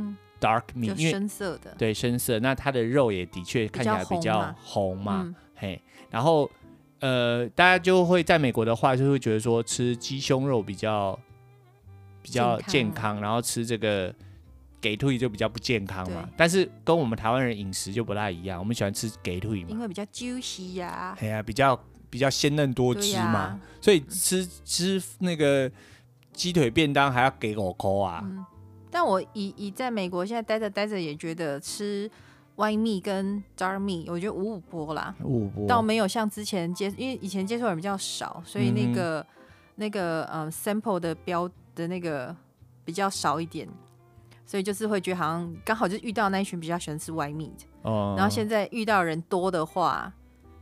Speaker 2: 哼，
Speaker 1: meat，
Speaker 2: 就
Speaker 1: 因为
Speaker 2: 深色的，
Speaker 1: 对深色，那它的肉也的确看起来比较红嘛，
Speaker 2: 嗯，
Speaker 1: 嘿，然后呃，大家就会在美国的话，就会觉得说吃鸡胸肉比较比较
Speaker 2: 健
Speaker 1: 健
Speaker 2: 康
Speaker 1: 康，然后吃这个。给退就比较不健康嘛
Speaker 2: 对，
Speaker 1: 但是跟我们台湾人饮食就不太一样，我们喜欢吃给退
Speaker 2: 因
Speaker 1: 嘛，
Speaker 2: 为比较 juicy 呀，
Speaker 1: 哎呀、比较比较鲜嫩多
Speaker 2: 对
Speaker 1: 汁
Speaker 2: 呀
Speaker 1: 嘛，所以吃吃那个鸡腿便当还要给狗抠啊，
Speaker 2: 嗯，但我以以在美国现在待着待着，也觉得吃歪蜜跟 dark 蜜，我觉得五五波啦，
Speaker 1: 五波
Speaker 2: 倒没有像之前接，因为以前接触的人比较少，所以
Speaker 1: 嗯
Speaker 2: 那
Speaker 1: 哼
Speaker 2: 个、那个呃 sample 的标的那个比较少一点。所以就是会觉得好像刚好就遇到那一群比较喜欢吃歪蜜的，
Speaker 1: 哦
Speaker 2: 然后现在遇到人多的话，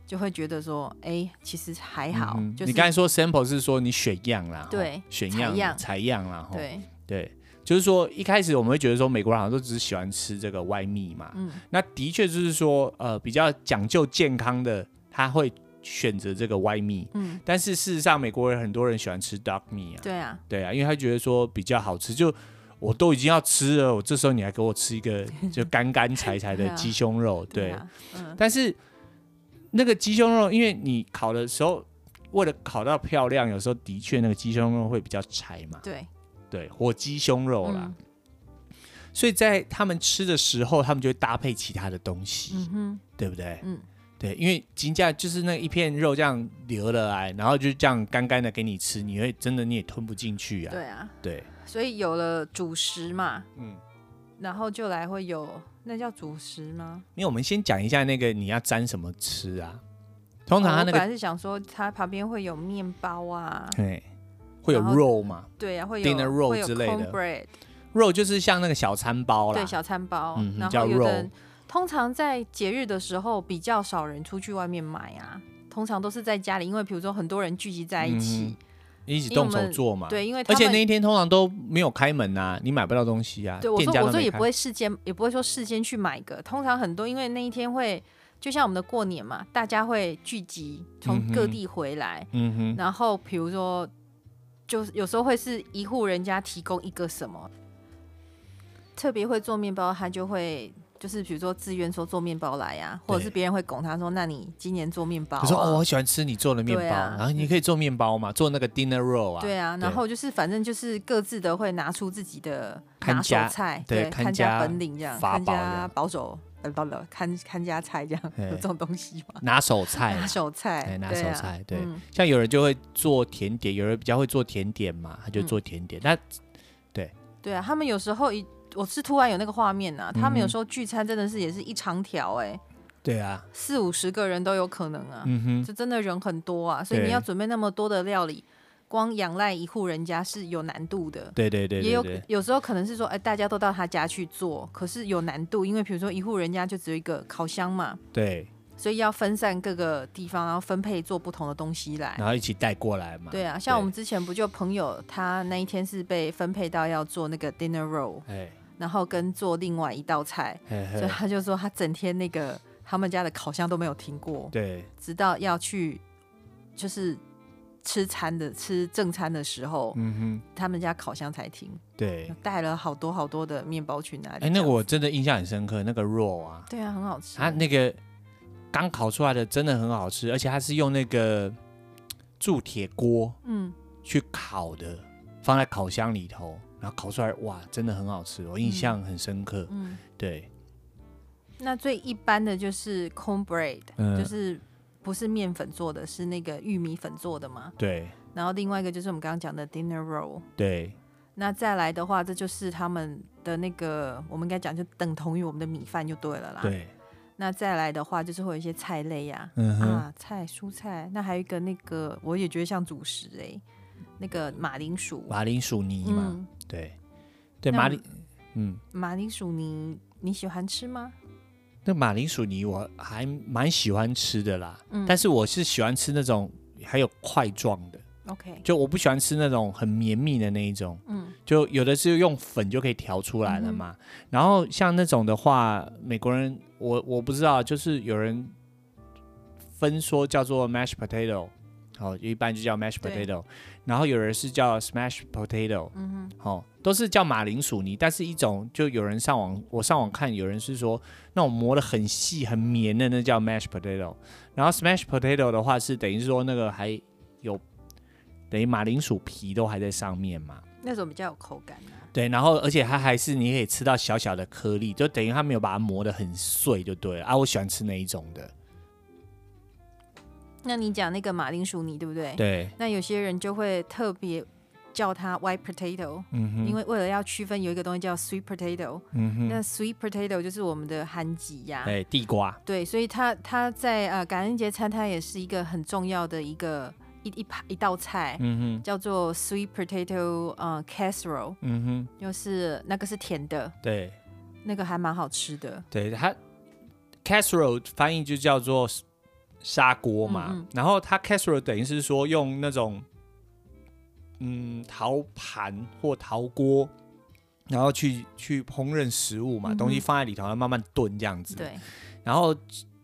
Speaker 2: 就会觉得说，哎、其实还好，
Speaker 1: 嗯
Speaker 2: 就是
Speaker 1: 你刚才说 sample 是说你选样啦，
Speaker 2: 对
Speaker 1: 吼选样
Speaker 2: 采样
Speaker 1: 采样啦，吼
Speaker 2: 对，
Speaker 1: 对，就是说一开始我们会觉得说美国人好像都只是喜欢吃这个外蜜嘛，
Speaker 2: 嗯
Speaker 1: 那的确就是说呃比较讲究健康的他会选择这个外蜜，
Speaker 2: 嗯，
Speaker 1: 但是事实上美国人很多人喜欢吃 dark meat 啊，
Speaker 2: 对啊，
Speaker 1: 对啊，因为他觉得说比较好吃，就我都已经要吃了，我这时候你还给我吃一
Speaker 2: <laughs>
Speaker 1: 个就干干柴柴的
Speaker 2: 对啊
Speaker 1: 鸡胸肉，对。
Speaker 2: 啊，嗯，
Speaker 1: 但是那个鸡胸肉，因为你烤的时候，为了烤到漂亮，有时候的确那个鸡胸肉会比较柴嘛，
Speaker 2: 对，
Speaker 1: 对，火鸡胸肉啦。
Speaker 2: 嗯
Speaker 1: 所以在他们吃的时候，他们就会搭配其他的东西，
Speaker 2: 嗯哼，
Speaker 1: 对不对？
Speaker 2: 嗯，
Speaker 1: 对，因为金价就是那一片肉这样流了来，然后就这样干干的给你吃，你会真的你也吞不进去啊。
Speaker 2: 对啊，
Speaker 1: 对，
Speaker 2: 所以有了主食嘛，
Speaker 1: 嗯。
Speaker 2: 然后就来会有那叫主食吗？
Speaker 1: 因为我们先讲一下那个你要沾什么吃啊。通常
Speaker 2: 哦
Speaker 1: 它
Speaker 2: 我
Speaker 1: 那
Speaker 2: 本
Speaker 1: 个、
Speaker 2: 来是想说它旁边会有面包啊，
Speaker 1: 对会有
Speaker 2: 然后
Speaker 1: 肉嘛，
Speaker 2: 对啊，会有
Speaker 1: dinner roll
Speaker 2: 会有
Speaker 1: 之类的
Speaker 2: cornbread，
Speaker 1: 肉就是像那个小餐包啦
Speaker 2: 对，，小餐包，
Speaker 1: 嗯哼
Speaker 2: 然
Speaker 1: 叫
Speaker 2: 后有的
Speaker 1: roll
Speaker 2: 人通常在节日的时候比较少人出去外面买啊。通常都是在家里，因为比如说很多人聚集在一起，
Speaker 1: 一起
Speaker 2: 因为我
Speaker 1: 动
Speaker 2: 们
Speaker 1: 手做嘛。，
Speaker 2: 对，因为他
Speaker 1: 嗯而
Speaker 2: 们
Speaker 1: 且那一天通常都没有开门啊，你买不到东西啊，
Speaker 2: 对我
Speaker 1: 店
Speaker 2: 说
Speaker 1: 家
Speaker 2: 我
Speaker 1: 都
Speaker 2: 说
Speaker 1: 没
Speaker 2: 也不
Speaker 1: 开。
Speaker 2: 会事先，也不会说事先去买个，通常很多因为那一天会，就像我们的过年嘛，大家会聚集从各
Speaker 1: 嗯哼
Speaker 2: 地回来，
Speaker 1: 嗯哼，
Speaker 2: 然后比如说，就是有时候会是一户人家提供一个什么，特别会做面包，他就会就是比如说自愿说做面包来呀、或者是
Speaker 1: 对
Speaker 2: 别人会拱他说，那你今年做面包、啊，
Speaker 1: 我说哦，我喜欢吃你做的面包，
Speaker 2: 对啊
Speaker 1: 然后你可以做面包嘛，做那个 dinner roll 啊。
Speaker 2: 对啊，然后就是反正就是各自的会拿出自己的
Speaker 1: 看
Speaker 2: 拿手
Speaker 1: 家
Speaker 2: 菜，
Speaker 1: 对
Speaker 2: 对，
Speaker 1: 看
Speaker 2: 看
Speaker 1: 家
Speaker 2: 家本领这样，
Speaker 1: 法
Speaker 2: 看
Speaker 1: 宝这
Speaker 2: 家
Speaker 1: 样
Speaker 2: 保守，呃，不不，看看家菜这样，有
Speaker 1: 对
Speaker 2: 这种东西吗？
Speaker 1: <laughs> 拿手菜啊，
Speaker 2: 拿手菜，
Speaker 1: 对拿
Speaker 2: 对
Speaker 1: 手
Speaker 2: 啊
Speaker 1: 菜对
Speaker 2: 嗯
Speaker 1: 像有人就会做甜点，有人比较会做甜点嘛，他就
Speaker 2: 嗯
Speaker 1: 做甜点。那
Speaker 2: 对啊，他们有时候一。我是突然有那个画面啊，他们
Speaker 1: 嗯
Speaker 2: 有
Speaker 1: 哼
Speaker 2: 时候聚餐真的是也是一长条哎、
Speaker 1: 对啊，
Speaker 2: 四五十个人都有可能啊，
Speaker 1: 嗯哼，
Speaker 2: 就真的人很多啊，所以你
Speaker 1: 对
Speaker 2: 要准备那么多的料理，光仰赖一户人家是有难度的。
Speaker 1: 对对对
Speaker 2: 也
Speaker 1: 对
Speaker 2: 有
Speaker 1: 对，
Speaker 2: 有时候可能是说，哎、大家都到他家去做，可是有难度，因为比如说一户人家就只有一个烤箱嘛，
Speaker 1: 对，
Speaker 2: 所以要分散各个地方，然后分配做不同的东西来。
Speaker 1: 然后一起带过来嘛。
Speaker 2: 哎对啊，像我
Speaker 1: 对
Speaker 2: 们之前不就朋友他那一天是被分配到要做那个 dinner roll，
Speaker 1: 哎，
Speaker 2: 然后跟做另外一道菜，
Speaker 1: 嘿嘿
Speaker 2: 所以他就说他整天那个他们家的烤箱都没有停过。
Speaker 1: 对，
Speaker 2: 直到要去就是吃餐的吃正餐的时候，
Speaker 1: 嗯
Speaker 2: 他们家烤箱才停，
Speaker 1: 哼，对。
Speaker 2: 带了好多好多的面包去那里。
Speaker 1: 哎，那个
Speaker 2: 这样
Speaker 1: 我真的印象很深刻，那个肉啊，
Speaker 2: 对啊，很好吃。
Speaker 1: 它那个刚烤出来的真的很好吃，而且它是用那个铸铁锅
Speaker 2: 嗯，
Speaker 1: 去烤的，放在烤箱里头，然后烤出来，哇，真的很好吃，我印象很深刻。
Speaker 2: 嗯
Speaker 1: 对，
Speaker 2: 那最一般的就是 cornbread，、
Speaker 1: 嗯
Speaker 2: 就是不是面粉做的，是那个玉米粉做的嘛。
Speaker 1: 对，
Speaker 2: 然后另外一个就是我们刚刚讲的 dinner roll。
Speaker 1: 对，
Speaker 2: 那再来的话，这就是他们的那个，我们应该讲就等同于我们的米饭就对了啦。
Speaker 1: 对，
Speaker 2: 那再来的话，就是会有一些菜类呀、
Speaker 1: 嗯哼，
Speaker 2: 啊，菜、蔬菜，那还有一个那个，我也觉得像主食哎、那个马铃薯，
Speaker 1: 马铃薯泥嘛，
Speaker 2: 嗯，
Speaker 1: 对，对
Speaker 2: 那
Speaker 1: 马铃，嗯，
Speaker 2: 马铃薯泥你喜欢吃吗？
Speaker 1: 那马铃薯泥我还蛮喜欢吃的啦，
Speaker 2: 嗯
Speaker 1: 但是我是喜欢吃那种还有块状的，
Speaker 2: OK，
Speaker 1: 就我不喜欢吃那种很绵密的那一种，
Speaker 2: 嗯
Speaker 1: 就有的是用粉就可以调出来了嘛。然后像那种的话，美国人我我不知道，就是有人分说叫做 mash potato，好、一般就叫 mash
Speaker 2: 对
Speaker 1: potato，然后有人是叫 smash potato，
Speaker 2: 嗯
Speaker 1: 哦，都是叫马铃薯泥，但是一种就有人上网，我上网看有人是说那种磨得很细很绵的那叫 mash potato，然后 smash potato 的话是等于是说那个还有等于马铃薯皮都还在上面嘛，
Speaker 2: 哼，那种比较有口感啊。
Speaker 1: 对，然后而且它还是你可以吃到小小的颗粒，就等于它没有把它磨得很碎就对了啊，我喜欢吃那一种的，
Speaker 2: 那你讲那个马铃薯泥对不对？
Speaker 1: 对，
Speaker 2: 那有些人就会特别叫它 white potato，、
Speaker 1: 嗯
Speaker 2: 因
Speaker 1: 哼，
Speaker 2: 为为了要区分有一个东西叫 sweet potato，、
Speaker 1: 嗯哼，
Speaker 2: 那 sweet potato 就是我们的韩籍呀、
Speaker 1: 对，哎地瓜，
Speaker 2: 对，所以它它在呃感恩节餐它也是一个很重要的一个一一盘一道菜，
Speaker 1: 嗯哼，
Speaker 2: 叫做 sweet potato 呃 casserole，
Speaker 1: 嗯哼，
Speaker 2: 就是那个是甜的，
Speaker 1: 对。
Speaker 2: 那个还蛮好吃的。
Speaker 1: 对它 casserole 翻译就叫做砂锅嘛，
Speaker 2: 嗯嗯
Speaker 1: 然后它 casserole 等于是说用那种嗯陶盘或陶锅，然后去去烹饪食物嘛，
Speaker 2: 嗯哼
Speaker 1: 东西放在里头，然后慢慢炖这样子。，
Speaker 2: 对，
Speaker 1: 然后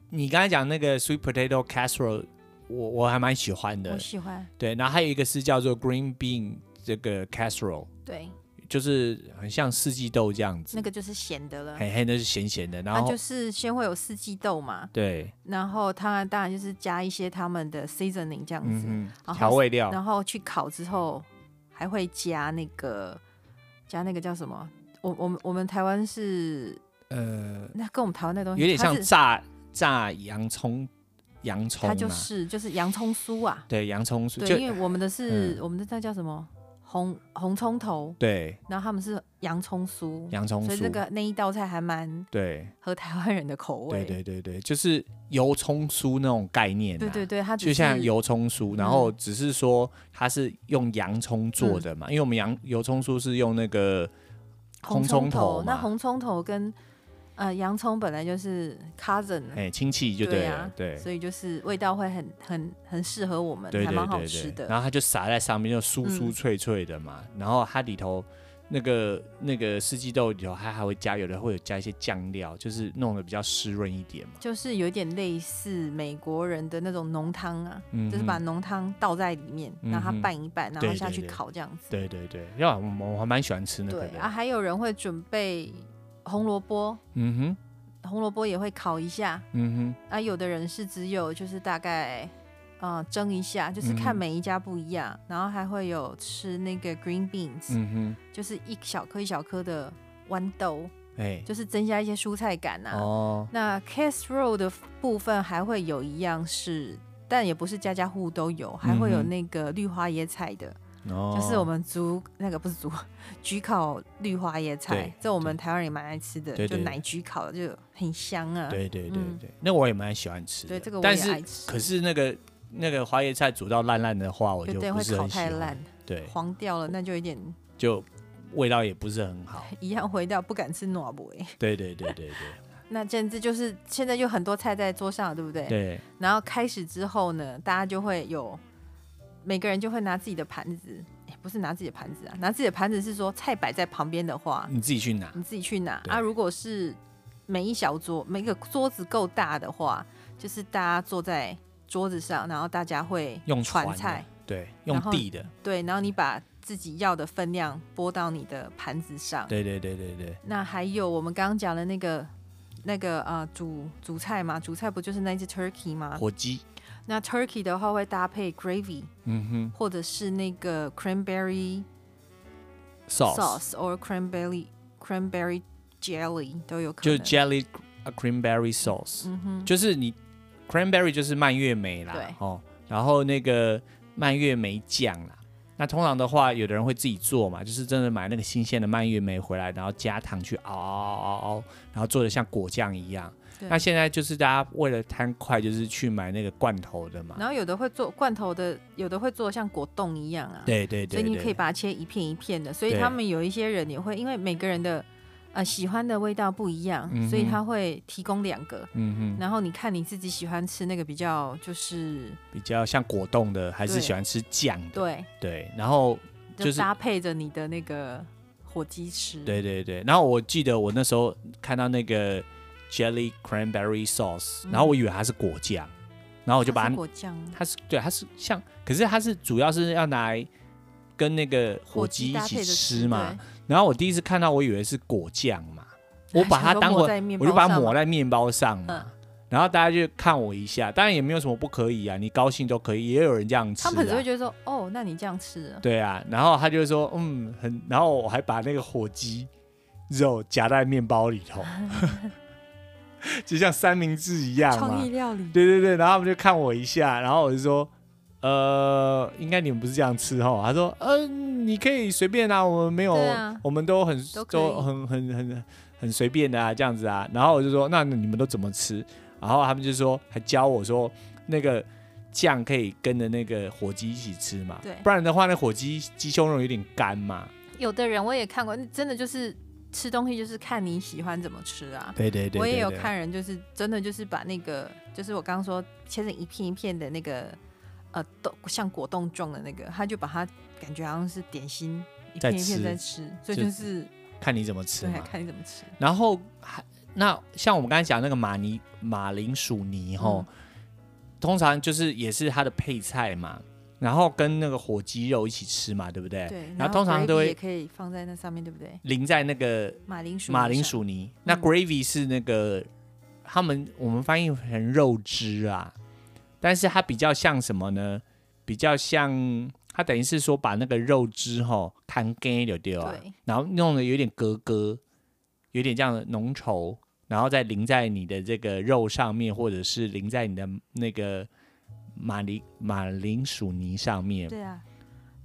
Speaker 1: 你刚才讲那个 sweet potato casserole，我我还蛮喜欢
Speaker 2: 我
Speaker 1: 的。
Speaker 2: 喜欢。
Speaker 1: 对，然后还有一个是叫做 green bean 这个 casserole，
Speaker 2: 对，
Speaker 1: 就是很像四季豆这样子
Speaker 2: 那，个就是咸的了。
Speaker 1: 嘿嘿，那是咸咸的，然
Speaker 2: 它
Speaker 1: 后、
Speaker 2: 就是先会有四季豆嘛，
Speaker 1: 对。
Speaker 2: 然后它当然就是加一些他们的 seasoning 这样子，
Speaker 1: 嗯哼，
Speaker 2: 然后
Speaker 1: 调味料，
Speaker 2: 然后去烤之后还会加那个加那个叫什么？我我们我们台湾是
Speaker 1: 呃，
Speaker 2: 那跟我们台湾那东西
Speaker 1: 有点
Speaker 2: 它
Speaker 1: 像
Speaker 2: 是
Speaker 1: 炸炸洋葱，洋葱
Speaker 2: 它
Speaker 1: 嘛，
Speaker 2: 就是就是洋葱酥啊，
Speaker 1: 对，洋葱酥，
Speaker 2: 对，
Speaker 1: 就
Speaker 2: 因为我们的是、
Speaker 1: 嗯
Speaker 2: 我们的那叫什么红红葱头，
Speaker 1: 对，
Speaker 2: 然后他们是洋葱酥，
Speaker 1: 洋葱
Speaker 2: 所以
Speaker 1: 酥，
Speaker 2: 那个那一道菜还蛮
Speaker 1: 对，
Speaker 2: 合台湾人的口味，
Speaker 1: 对对对对，就是油葱酥那种概念、啊，
Speaker 2: 对对对它只
Speaker 1: 就像
Speaker 2: 是嗯
Speaker 1: 油葱酥，然后只是说它是用洋葱做的嘛，因为我们洋油葱酥是用那个
Speaker 2: 红
Speaker 1: 红
Speaker 2: 葱
Speaker 1: 葱
Speaker 2: 头
Speaker 1: 头，
Speaker 2: 那
Speaker 1: 嘛
Speaker 2: 红葱头跟呃洋葱本来就是 cousin，
Speaker 1: 哎亲戚就
Speaker 2: 对
Speaker 1: 了，
Speaker 2: 啊
Speaker 1: 对。
Speaker 2: 所以就是味道会很很很适合我们，
Speaker 1: 对
Speaker 2: 还
Speaker 1: 对
Speaker 2: 蛮好
Speaker 1: 对
Speaker 2: 吃
Speaker 1: 对，
Speaker 2: 的。
Speaker 1: 然后它就撒在上面，就酥
Speaker 2: 嗯
Speaker 1: 酥脆脆的嘛。然后它里头那个那个四季豆里头，它还会加有的会有加一些酱料，就是弄得比较湿润一点嘛。
Speaker 2: 就是有点类似美国人的那种浓汤啊，
Speaker 1: 嗯哼，
Speaker 2: 就是把浓汤倒在里面，然后
Speaker 1: 嗯
Speaker 2: 它
Speaker 1: 哼
Speaker 2: 拌一拌，然后
Speaker 1: 对
Speaker 2: 下
Speaker 1: 对
Speaker 2: 去
Speaker 1: 对
Speaker 2: 烤这样子。
Speaker 1: 对对对，因为我我我还蛮喜欢吃那个
Speaker 2: 对
Speaker 1: 的。
Speaker 2: 啊，还有人会准备红萝卜，
Speaker 1: 嗯哼，
Speaker 2: 红萝卜也会烤一下。
Speaker 1: 嗯
Speaker 2: 啊，有的人是只有就是大概呃蒸一下，就是看
Speaker 1: 嗯哼
Speaker 2: 每一家不一样。然后还会有吃那个
Speaker 1: 哼，
Speaker 2: green beans，、
Speaker 1: 嗯
Speaker 2: 就是一小颗一小颗的豌豆，
Speaker 1: 哼，哎、
Speaker 2: 就是增加一些蔬菜感啊。
Speaker 1: 哦，
Speaker 2: 那 casserole 的部分还会有一样是，但也不是家家户户都有，还会有
Speaker 1: 嗯哼
Speaker 2: 那个绿花椰菜的，
Speaker 1: 哦
Speaker 2: 就是我们竹那个不是竹， <laughs> 焗烤绿花椰菜
Speaker 1: 对，
Speaker 2: 这我们台湾人也蛮爱吃的，
Speaker 1: 对
Speaker 2: 就
Speaker 1: 对
Speaker 2: 奶焗烤的就很香啊。
Speaker 1: 对对对
Speaker 2: 嗯
Speaker 1: 对，那我也蛮喜欢吃的。
Speaker 2: 对，这个我
Speaker 1: 但
Speaker 2: 也爱
Speaker 1: 是
Speaker 2: 吃。
Speaker 1: 可是那个那个花椰菜煮到烂烂的话，我哦
Speaker 2: 对
Speaker 1: 就
Speaker 2: 对，
Speaker 1: 不
Speaker 2: 会
Speaker 1: 是
Speaker 2: 烤
Speaker 1: 很喜
Speaker 2: 太
Speaker 1: 欢。
Speaker 2: 烂，
Speaker 1: 对，
Speaker 2: <laughs> 黄掉了，那就有点
Speaker 1: 就味道也不是很好。
Speaker 2: 一样 <laughs> 回到不敢吃暖博。
Speaker 1: 对对对对
Speaker 2: <laughs> 那甚至就是现在就很多菜在桌上了，对不对？
Speaker 1: 对对。
Speaker 2: 然后开始之后呢，大家就会有每个人就会拿自己的盘子，诶不是拿自己的盘子啊，拿自己的盘子是说菜摆在旁边的话，
Speaker 1: 你自己去拿。
Speaker 2: 你自己去拿
Speaker 1: 对
Speaker 2: 啊。如果是每一小桌每一个桌子够大的话，就是大家坐在桌子上，然后大家会
Speaker 1: 用船
Speaker 2: 传
Speaker 1: 的
Speaker 2: 菜，
Speaker 1: 对，用
Speaker 2: 然后
Speaker 1: 递的，
Speaker 2: 对，然后你把自己要的分量拨到你的盘子上。
Speaker 1: 对对对对对，
Speaker 2: 那还有我们刚刚讲的那个。那个呃，主主菜嘛，主菜不就是那一只 turkey 吗？
Speaker 1: 火鸡，
Speaker 2: 那 turkey 的话会搭配 gravy，
Speaker 1: 嗯
Speaker 2: 或者是那个 cranberry
Speaker 1: 哼，sauce，
Speaker 2: or cranberry cranberry jelly 都有可
Speaker 1: 就
Speaker 2: 能。
Speaker 1: jelly a cranberry sauce，
Speaker 2: 嗯哼，
Speaker 1: 就是你 cranberry 就是蔓越莓啦
Speaker 2: 对，
Speaker 1: 哦，然后那个蔓越莓酱啦，那通常的话，有的人会自己做嘛，就是真的买那个新鲜的蔓越莓回来，然后加糖去熬熬熬熬，然后做的像果酱一样。
Speaker 2: 对
Speaker 1: 那现在就是大家为了贪快，就是去买那个罐头的嘛。
Speaker 2: 然后有的会做罐头的，有的会做像果冻一样啊，
Speaker 1: 对对对
Speaker 2: 所以你可
Speaker 1: 对，
Speaker 2: 以把它切一片一片的。所以
Speaker 1: 对
Speaker 2: 他们有一些人也会，因为每个人的呃喜欢的味道不一样，
Speaker 1: 嗯哼
Speaker 2: 所以他会提供两个。
Speaker 1: 嗯哼，
Speaker 2: 然后你看你自己喜欢吃那个比较就是
Speaker 1: 比较像果冻的，还是
Speaker 2: 对
Speaker 1: 喜欢吃酱的。
Speaker 2: 对，
Speaker 1: 对，然后就
Speaker 2: 就是搭配着你的那个火鸡吃。
Speaker 1: 对对对，然后我记得我那时候看到那个 jelly cranberry sauce，、
Speaker 2: 嗯
Speaker 1: 然后我以为它是果酱，然后我就
Speaker 2: 它
Speaker 1: 是把它
Speaker 2: 果酱
Speaker 1: 它是对它是像，可是它是主要是要拿来跟那个火鸡一
Speaker 2: 搭配
Speaker 1: 起
Speaker 2: 着
Speaker 1: 吃嘛
Speaker 2: 对。
Speaker 1: 然后我第一次看到，我以为是果酱嘛，我把它
Speaker 2: 全部
Speaker 1: 当
Speaker 2: 抹
Speaker 1: 果
Speaker 2: 在面
Speaker 1: 我就
Speaker 2: 包
Speaker 1: 把它
Speaker 2: 上
Speaker 1: 抹
Speaker 2: 嘛嗯
Speaker 1: 在面包上嘛。然后大家就看我一下，当然也没有什么不可以啊，你高兴都可以，也有人这样吃、啊。
Speaker 2: 他们只会觉得说，哦，那你这样吃啊，
Speaker 1: 对啊，然后他就说，嗯，很，然后我还把那个火鸡肉夹在面包里头， <laughs> 就像三明治一样嘛
Speaker 2: 创意。料理，
Speaker 1: 对对对，然后他们就看我一下，然后我就说，呃，应该你们不是这样吃哈。他说，嗯、你可以随便啊，我们没有，
Speaker 2: 对啊
Speaker 1: 我们都很
Speaker 2: 都可以
Speaker 1: 很很很很随便的啊，这样子啊。然后我就说，那你们都怎么吃？然后他们就说，还教我说那个。酱可以跟着那个火鸡一起吃嘛，
Speaker 2: 对
Speaker 1: 不然的话，那火鸡鸡胸肉有点干嘛。
Speaker 2: 有的人我也看过，真的就是吃东西就是看你喜欢怎么吃啊。
Speaker 1: 对对
Speaker 2: 我也有，看人，就是真的就是把那个，就是我刚刚说切成一片一片的那个，呃，冻像果冻状的那个，他就把它感觉好像是点心一
Speaker 1: 在
Speaker 2: 片一
Speaker 1: 吃
Speaker 2: 片在吃，所以
Speaker 1: 就
Speaker 2: 就是
Speaker 1: 看你怎么吃
Speaker 2: 对，
Speaker 1: 嘛。
Speaker 2: 看你怎么吃。
Speaker 1: 然后还那像我们刚才讲那个马尼马铃薯泥吼，通常就是也是它的配菜嘛，然后跟那个火鸡肉一起吃嘛，对不对？
Speaker 2: 对，
Speaker 1: 然后通常都
Speaker 2: gravy
Speaker 1: 会
Speaker 2: 也可以放在那上面，对不对？
Speaker 1: 淋在那个
Speaker 2: 马铃薯，
Speaker 1: 马铃，薯泥。那
Speaker 2: 嗯
Speaker 1: gravy 是那个他们我们翻译成肉汁啊，但是它比较像什么呢？比较像它等于是说把那个肉汁吼摊干就对啊，
Speaker 2: 对，
Speaker 1: 然后弄得有点格格，有点这样的浓稠，然后再淋在你的这个肉上面，或者是淋在你的那个马铃马铃薯泥上面。
Speaker 2: 对啊，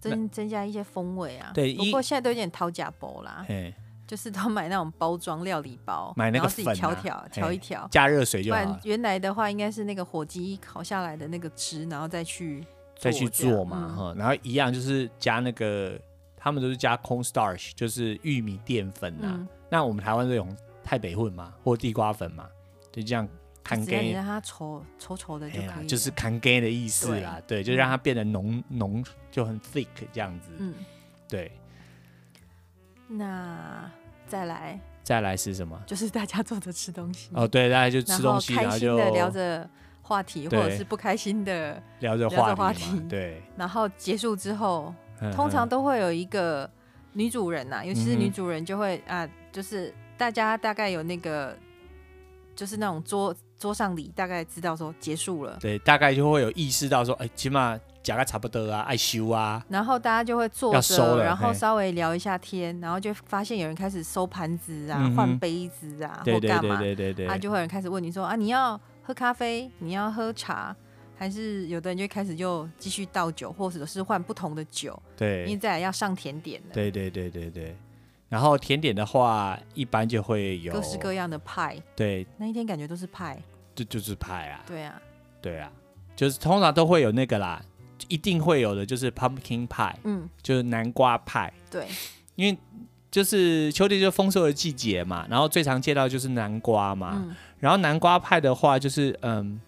Speaker 2: 增增加一些风味啊。
Speaker 1: 对
Speaker 2: 不
Speaker 1: 一
Speaker 2: 过现在都有点讨价包啦，
Speaker 1: 嘿，
Speaker 2: 就是都买那种包装料理包，
Speaker 1: 买那个
Speaker 2: 然后自己
Speaker 1: 粉啊
Speaker 2: 调调调
Speaker 1: 嘿
Speaker 2: 一调。
Speaker 1: 加热水
Speaker 2: 不
Speaker 1: 就好
Speaker 2: 然
Speaker 1: 了，
Speaker 2: 原来的话应该是那个火鸡烤下来的那个汁，然后再去
Speaker 1: 再去
Speaker 2: 这样
Speaker 1: 做嘛
Speaker 2: 嗯
Speaker 1: 哈、然后一样就是加那个，他们都是加 corn starch，就是玉米淀粉啊。
Speaker 2: 嗯，
Speaker 1: 那我们台湾这种太北混嘛，或地瓜粉嘛，就这样摊
Speaker 2: 只要你
Speaker 1: 给。
Speaker 2: 让它稠稠稠的就
Speaker 1: 哎呀
Speaker 2: 可以，
Speaker 1: 就
Speaker 2: 了
Speaker 1: 是砍干的意思啦，对，就让它变得浓浓，就很 thick 这样子，
Speaker 2: 嗯，
Speaker 1: 对。
Speaker 2: 那再来
Speaker 1: 再来是什么？
Speaker 2: 就是大家坐着吃东西，
Speaker 1: 哦，对，大家就吃
Speaker 2: 嗯然
Speaker 1: 东
Speaker 2: 后
Speaker 1: 西，然
Speaker 2: 开
Speaker 1: 后
Speaker 2: 心
Speaker 1: 就
Speaker 2: 的聊着话题，或者
Speaker 1: 对
Speaker 2: 是不开心的，
Speaker 1: 聊着
Speaker 2: 聊着
Speaker 1: 话
Speaker 2: 话
Speaker 1: 题嘛，
Speaker 2: 题
Speaker 1: 对，
Speaker 2: 然后结束之后，通常
Speaker 1: 都
Speaker 2: 都会有一个女主人呐、啊尤其
Speaker 1: 嗯
Speaker 2: 是
Speaker 1: 嗯哼
Speaker 2: 女主人就会、啊，就是大家大概有那个，就是那种桌桌上礼，大概知道说结束了，
Speaker 1: 对，大概就会有意识到说，哎，起码夹个差不多啊，爱修啊，
Speaker 2: 然后大家就会坐
Speaker 1: 要收
Speaker 2: 着，
Speaker 1: 了
Speaker 2: 然后
Speaker 1: 嘿
Speaker 2: 稍微聊一下天，然后就发现有人开始收盘子啊
Speaker 1: 嗯哼，
Speaker 2: 换、杯子啊，
Speaker 1: 对
Speaker 2: 或
Speaker 1: 对
Speaker 2: 干嘛，
Speaker 1: 对对对
Speaker 2: 啊，
Speaker 1: 对，
Speaker 2: 就会有人开始问你说啊，你要喝咖啡，你要喝茶。还是有的人就开始就继续倒酒，或者是换不同的酒，因为
Speaker 1: 对
Speaker 2: 再来要上甜点了，
Speaker 1: 对对对对对。然后甜点的话，一般就会有
Speaker 2: 各式各样的派，
Speaker 1: 对，
Speaker 2: 那一天感觉都是派，
Speaker 1: 就就是派啊，
Speaker 2: 对啊，
Speaker 1: 对啊，就是通常都会有那个啦，一定会有的，就是 pumpkin pie，
Speaker 2: 嗯，
Speaker 1: 就是南瓜派，
Speaker 2: 对，
Speaker 1: 因为就是秋天就是丰收的季节嘛，然后最常见到就是南瓜嘛，
Speaker 2: 嗯，
Speaker 1: 然后南瓜派的话，就是嗯，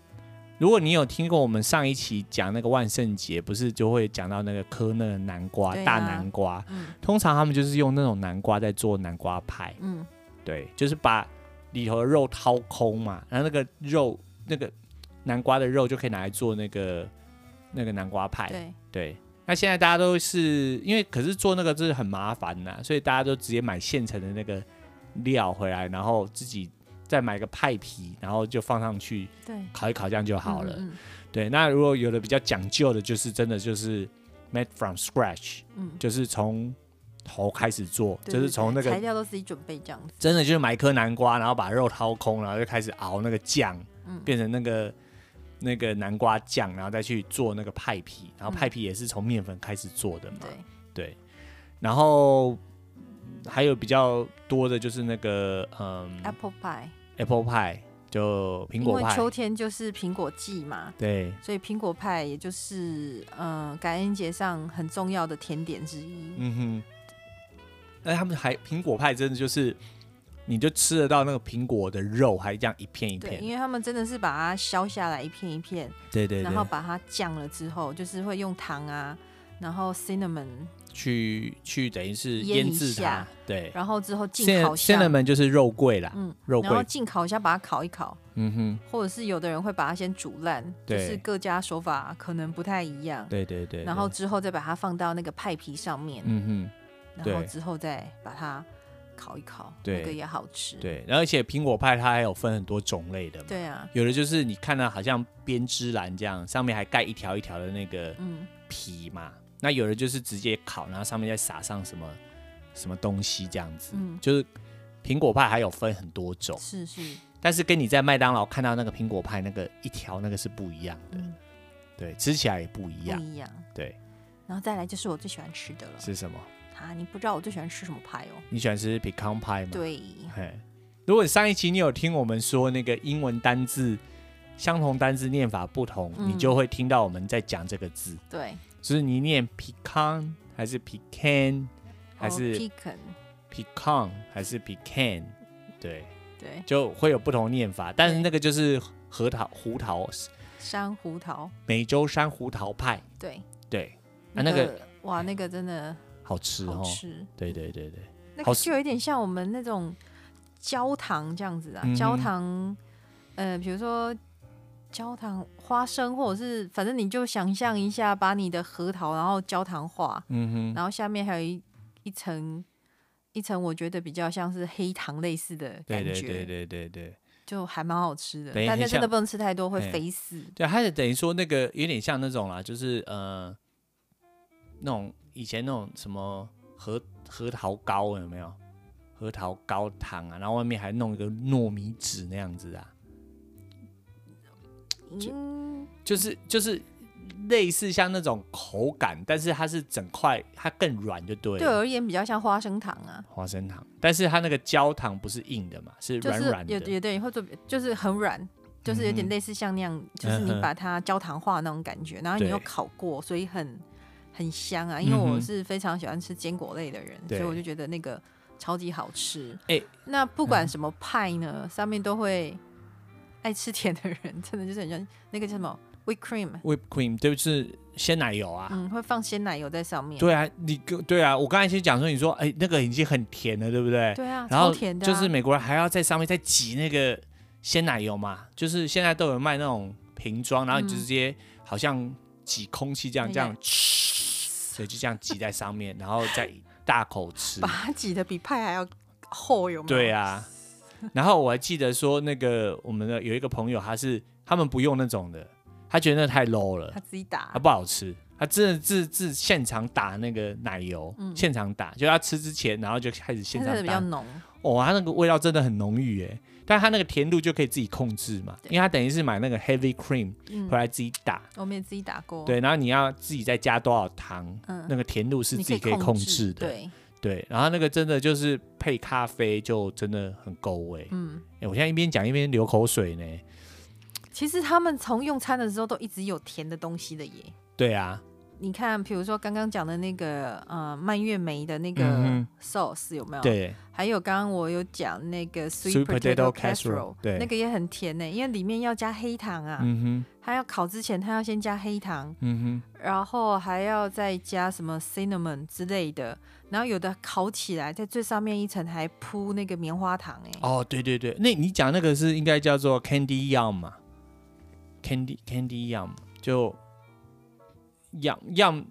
Speaker 1: 如果你有听过我们上一期讲那个万圣节，不是就会讲到那个磕那个南瓜、
Speaker 2: 对啊
Speaker 1: 大南瓜，
Speaker 2: 嗯
Speaker 1: 通常他们就是用那种南瓜在做南瓜派，
Speaker 2: 嗯，
Speaker 1: 对，就是把里头的肉掏空嘛，然后那个肉那个南瓜的肉就可以拿来做那个那个南瓜派，
Speaker 2: 对，
Speaker 1: 对。那现在大家都是因为，可是做那个真的很麻烦呐、所以大家都直接买现成的那个料回来，然后自己再买个派皮，然后就放上去
Speaker 2: 对，
Speaker 1: 烤一烤，这样就好了。
Speaker 2: 嗯
Speaker 1: 对，那如果有的比较讲究的，就是真的就是 made from scratch，
Speaker 2: 嗯，嗯
Speaker 1: 就是从头开始做，
Speaker 2: 对
Speaker 1: 就
Speaker 2: 对
Speaker 1: 是从那
Speaker 2: 对材
Speaker 1: 个
Speaker 2: 料都自己准备这样子，
Speaker 1: 真的就是买一颗南瓜，然后把肉掏空，然后就开始熬那个酱，
Speaker 2: 嗯，
Speaker 1: 变成那个那个南瓜酱，然后再去做那个派皮，然后派皮也是从面粉开始做的嘛，
Speaker 2: 对，
Speaker 1: 对，然后还有比较多的就是那个嗯
Speaker 2: apple pie，
Speaker 1: apple pie，就苹
Speaker 2: 因
Speaker 1: 果
Speaker 2: 为
Speaker 1: 派，
Speaker 2: 秋天就是苹果季嘛，
Speaker 1: 对
Speaker 2: 所以苹果派也就是嗯、呃感恩节上很重要的甜点之一。
Speaker 1: 嗯哼，哎，他们还苹果派真的就是，你就吃得到那个苹果的肉，还这样一片一
Speaker 2: 对，
Speaker 1: 片，
Speaker 2: 因为他们真的是把它削下来一片一片，
Speaker 1: 对对
Speaker 2: 然后把它酱了之后，就是会用糖啊，然后 cinnamon，
Speaker 1: 去去等于是
Speaker 2: 腌
Speaker 1: 腌
Speaker 2: 一
Speaker 1: 制它
Speaker 2: 下，
Speaker 1: 对。
Speaker 2: 然后之后进
Speaker 1: 现
Speaker 2: 烤
Speaker 1: 现在
Speaker 2: 箱，
Speaker 1: 们就是肉桂啦，
Speaker 2: 嗯，
Speaker 1: 肉
Speaker 2: 然后
Speaker 1: 桂，
Speaker 2: 进烤箱把它烤一烤，
Speaker 1: 嗯哼，
Speaker 2: 或者是有的人会把它先煮烂，就
Speaker 1: 对
Speaker 2: 是各家手法可能不太一样。
Speaker 1: 对对对，
Speaker 2: 然后
Speaker 1: 对
Speaker 2: 之后再把它放到那个派皮上面，
Speaker 1: 嗯
Speaker 2: 然后
Speaker 1: 对
Speaker 2: 之后再把它烤一烤，
Speaker 1: 对
Speaker 2: 那个也好吃。
Speaker 1: 哼，对，然后而且苹果派它还有分很多种类的嘛，
Speaker 2: 对啊，
Speaker 1: 有的就是你看到好像编织篮这样，上面还盖一条一条的那个
Speaker 2: 嗯，
Speaker 1: 皮嘛，那有的就是直接烤，然后上面再撒上什么什么东西这样子，
Speaker 2: 嗯
Speaker 1: 就是苹果派还有分很多种，
Speaker 2: 是是，
Speaker 1: 但是跟你在麦当劳看到那个苹果派那个一条那个是不一样的，
Speaker 2: 嗯，
Speaker 1: 对，吃起来也不一
Speaker 2: 不
Speaker 1: 样，
Speaker 2: 一样。
Speaker 1: 对，
Speaker 2: 然后再来就是我最喜欢吃的了
Speaker 1: 是什么？
Speaker 2: 啊！你不知道我最喜欢吃什么派哦？
Speaker 1: 你喜欢吃 pecan 派吗？
Speaker 2: 对，
Speaker 1: 嘿，如果上一期你有听我们说那个英文单字相同单字念法不同，
Speaker 2: 嗯
Speaker 1: 你就会听到我们在讲这个字，
Speaker 2: 对，
Speaker 1: 就是你念 pecan 还是 pecan 还是
Speaker 2: 哦 pecan，
Speaker 1: pecan 还是 pecan，对，
Speaker 2: 对，
Speaker 1: 就会有不同念法，但是那个就是核桃、胡桃、
Speaker 2: 山胡桃，
Speaker 1: 美洲山胡桃派，
Speaker 2: 对，
Speaker 1: 对，啊那个
Speaker 2: 哇，那个真的
Speaker 1: 好吃
Speaker 2: 好
Speaker 1: 哦，
Speaker 2: 吃，
Speaker 1: 对对对对，
Speaker 2: 那
Speaker 1: 好
Speaker 2: 个
Speaker 1: 吃
Speaker 2: 就有一点像我们那种焦糖这样子啊
Speaker 1: 嗯，哼
Speaker 2: 焦糖，呃，比如说焦糖花生，或者是反正你就想象一下，把你的核桃然后焦糖化，
Speaker 1: 嗯哼，
Speaker 2: 然后下面还有一一层一层，我觉得比较像是黑糖类似的感
Speaker 1: 对
Speaker 2: 觉，
Speaker 1: 对对对对对。
Speaker 2: 就还蛮好吃的，
Speaker 1: 等于
Speaker 2: 但
Speaker 1: 很
Speaker 2: 是真
Speaker 1: 像
Speaker 2: 的不能吃太多，会
Speaker 1: 嘿
Speaker 2: 肥死。
Speaker 1: 对，它是等于说那个有点像那种啦，就是呃，那种以前那种什么核核桃糕有没有？核桃糕糖啊，然后外面还弄一个糯米纸那样子啊，
Speaker 2: 嗯，
Speaker 1: 就是就是类似像那种口感，但是它是整块，它更软就对
Speaker 2: 对我
Speaker 1: 了。
Speaker 2: 而言比较像花生糖啊，
Speaker 1: 花生糖，但是它那个焦糖不是硬的嘛，是
Speaker 2: 就
Speaker 1: 软
Speaker 2: 是
Speaker 1: 软的。
Speaker 2: 有有的人会做，就是很软，就是有
Speaker 1: 嗯
Speaker 2: 点
Speaker 1: 哼
Speaker 2: 类似像那样，就是你
Speaker 1: 嗯哼
Speaker 2: 把它焦糖化那种感觉，然后你又
Speaker 1: 对
Speaker 2: 烤过，所以很很香啊。因为我
Speaker 1: 嗯哼
Speaker 2: 是非常喜欢吃坚果类的人，所
Speaker 1: 对
Speaker 2: 以我就觉得那个超级好吃。
Speaker 1: 哎
Speaker 2: 那不管什么派呢，上面都会爱吃甜的人，真的就是很像那个叫什么 whipped cream，
Speaker 1: whipped cream 对，就是鲜奶油啊。
Speaker 2: 嗯，会放鲜奶油在上面。
Speaker 1: 对啊，你跟对啊，我刚才先讲说，你说哎，那个已经很甜了，对不对？
Speaker 2: 对啊，
Speaker 1: 然
Speaker 2: 超
Speaker 1: 后
Speaker 2: 甜的啊、
Speaker 1: 就是美国人还要在上面再挤那个鲜奶油嘛，就是现在都有卖那种瓶装，然后你就
Speaker 2: 嗯
Speaker 1: 直接好像挤空气这样、
Speaker 2: 哎呀
Speaker 1: 这样，所以就这样挤在上面，然后再大口吃
Speaker 2: 把。它挤的比派还要厚，有没有？
Speaker 1: 对啊，然后我还记得说那个我们的有一个朋友，他是他们不用那种的，他觉得那太 low 了
Speaker 2: 他，自己打
Speaker 1: 它，不好吃。他真的自自现场打那个奶油，
Speaker 2: 嗯
Speaker 1: 现场打，就他吃之前，然后就开始现
Speaker 2: 它
Speaker 1: 场
Speaker 2: 真的
Speaker 1: 打
Speaker 2: 比较浓，
Speaker 1: 哦，它那个味道真的很浓郁哎，但它那个甜度就可以自己控制嘛，
Speaker 2: 对
Speaker 1: 因为它等于是买那个 heavy cream
Speaker 2: 嗯
Speaker 1: 回，来自己打，
Speaker 2: 我们也自己打过，，
Speaker 1: 对，然后你要自己再加多少糖，
Speaker 2: 嗯
Speaker 1: 那个甜度是
Speaker 2: 你
Speaker 1: 自己可以控制的，
Speaker 2: 对，
Speaker 1: 对然后那个真的就是配咖啡就真的很够味，
Speaker 2: 嗯，
Speaker 1: 哎，我现在一边讲一边流口水呢，
Speaker 2: 其实他们从用餐的时候都一直有甜的东西的耶。
Speaker 1: 对啊，
Speaker 2: 你看，比如说刚刚讲的那个呃蔓越莓的那个
Speaker 1: 嗯
Speaker 2: sauce 有没有？，
Speaker 1: 对，
Speaker 2: 还有刚刚我有讲那个
Speaker 1: Sweet
Speaker 2: sweet
Speaker 1: potato
Speaker 2: potato
Speaker 1: casserole，
Speaker 2: casserole，
Speaker 1: 对
Speaker 2: 那个也很甜呢，因为里面要加黑糖啊，
Speaker 1: 嗯哼，
Speaker 2: 它要烤之前它要先加黑糖，
Speaker 1: 嗯
Speaker 2: 然后还要再加什么 cinnamon 之类的，然后有的烤起来，在最上面一层还铺那个棉花糖、哎、
Speaker 1: 哼，哦，对对对，那你讲那个是应该叫做 candy yum 嘛，candy candy yum 就 yum yum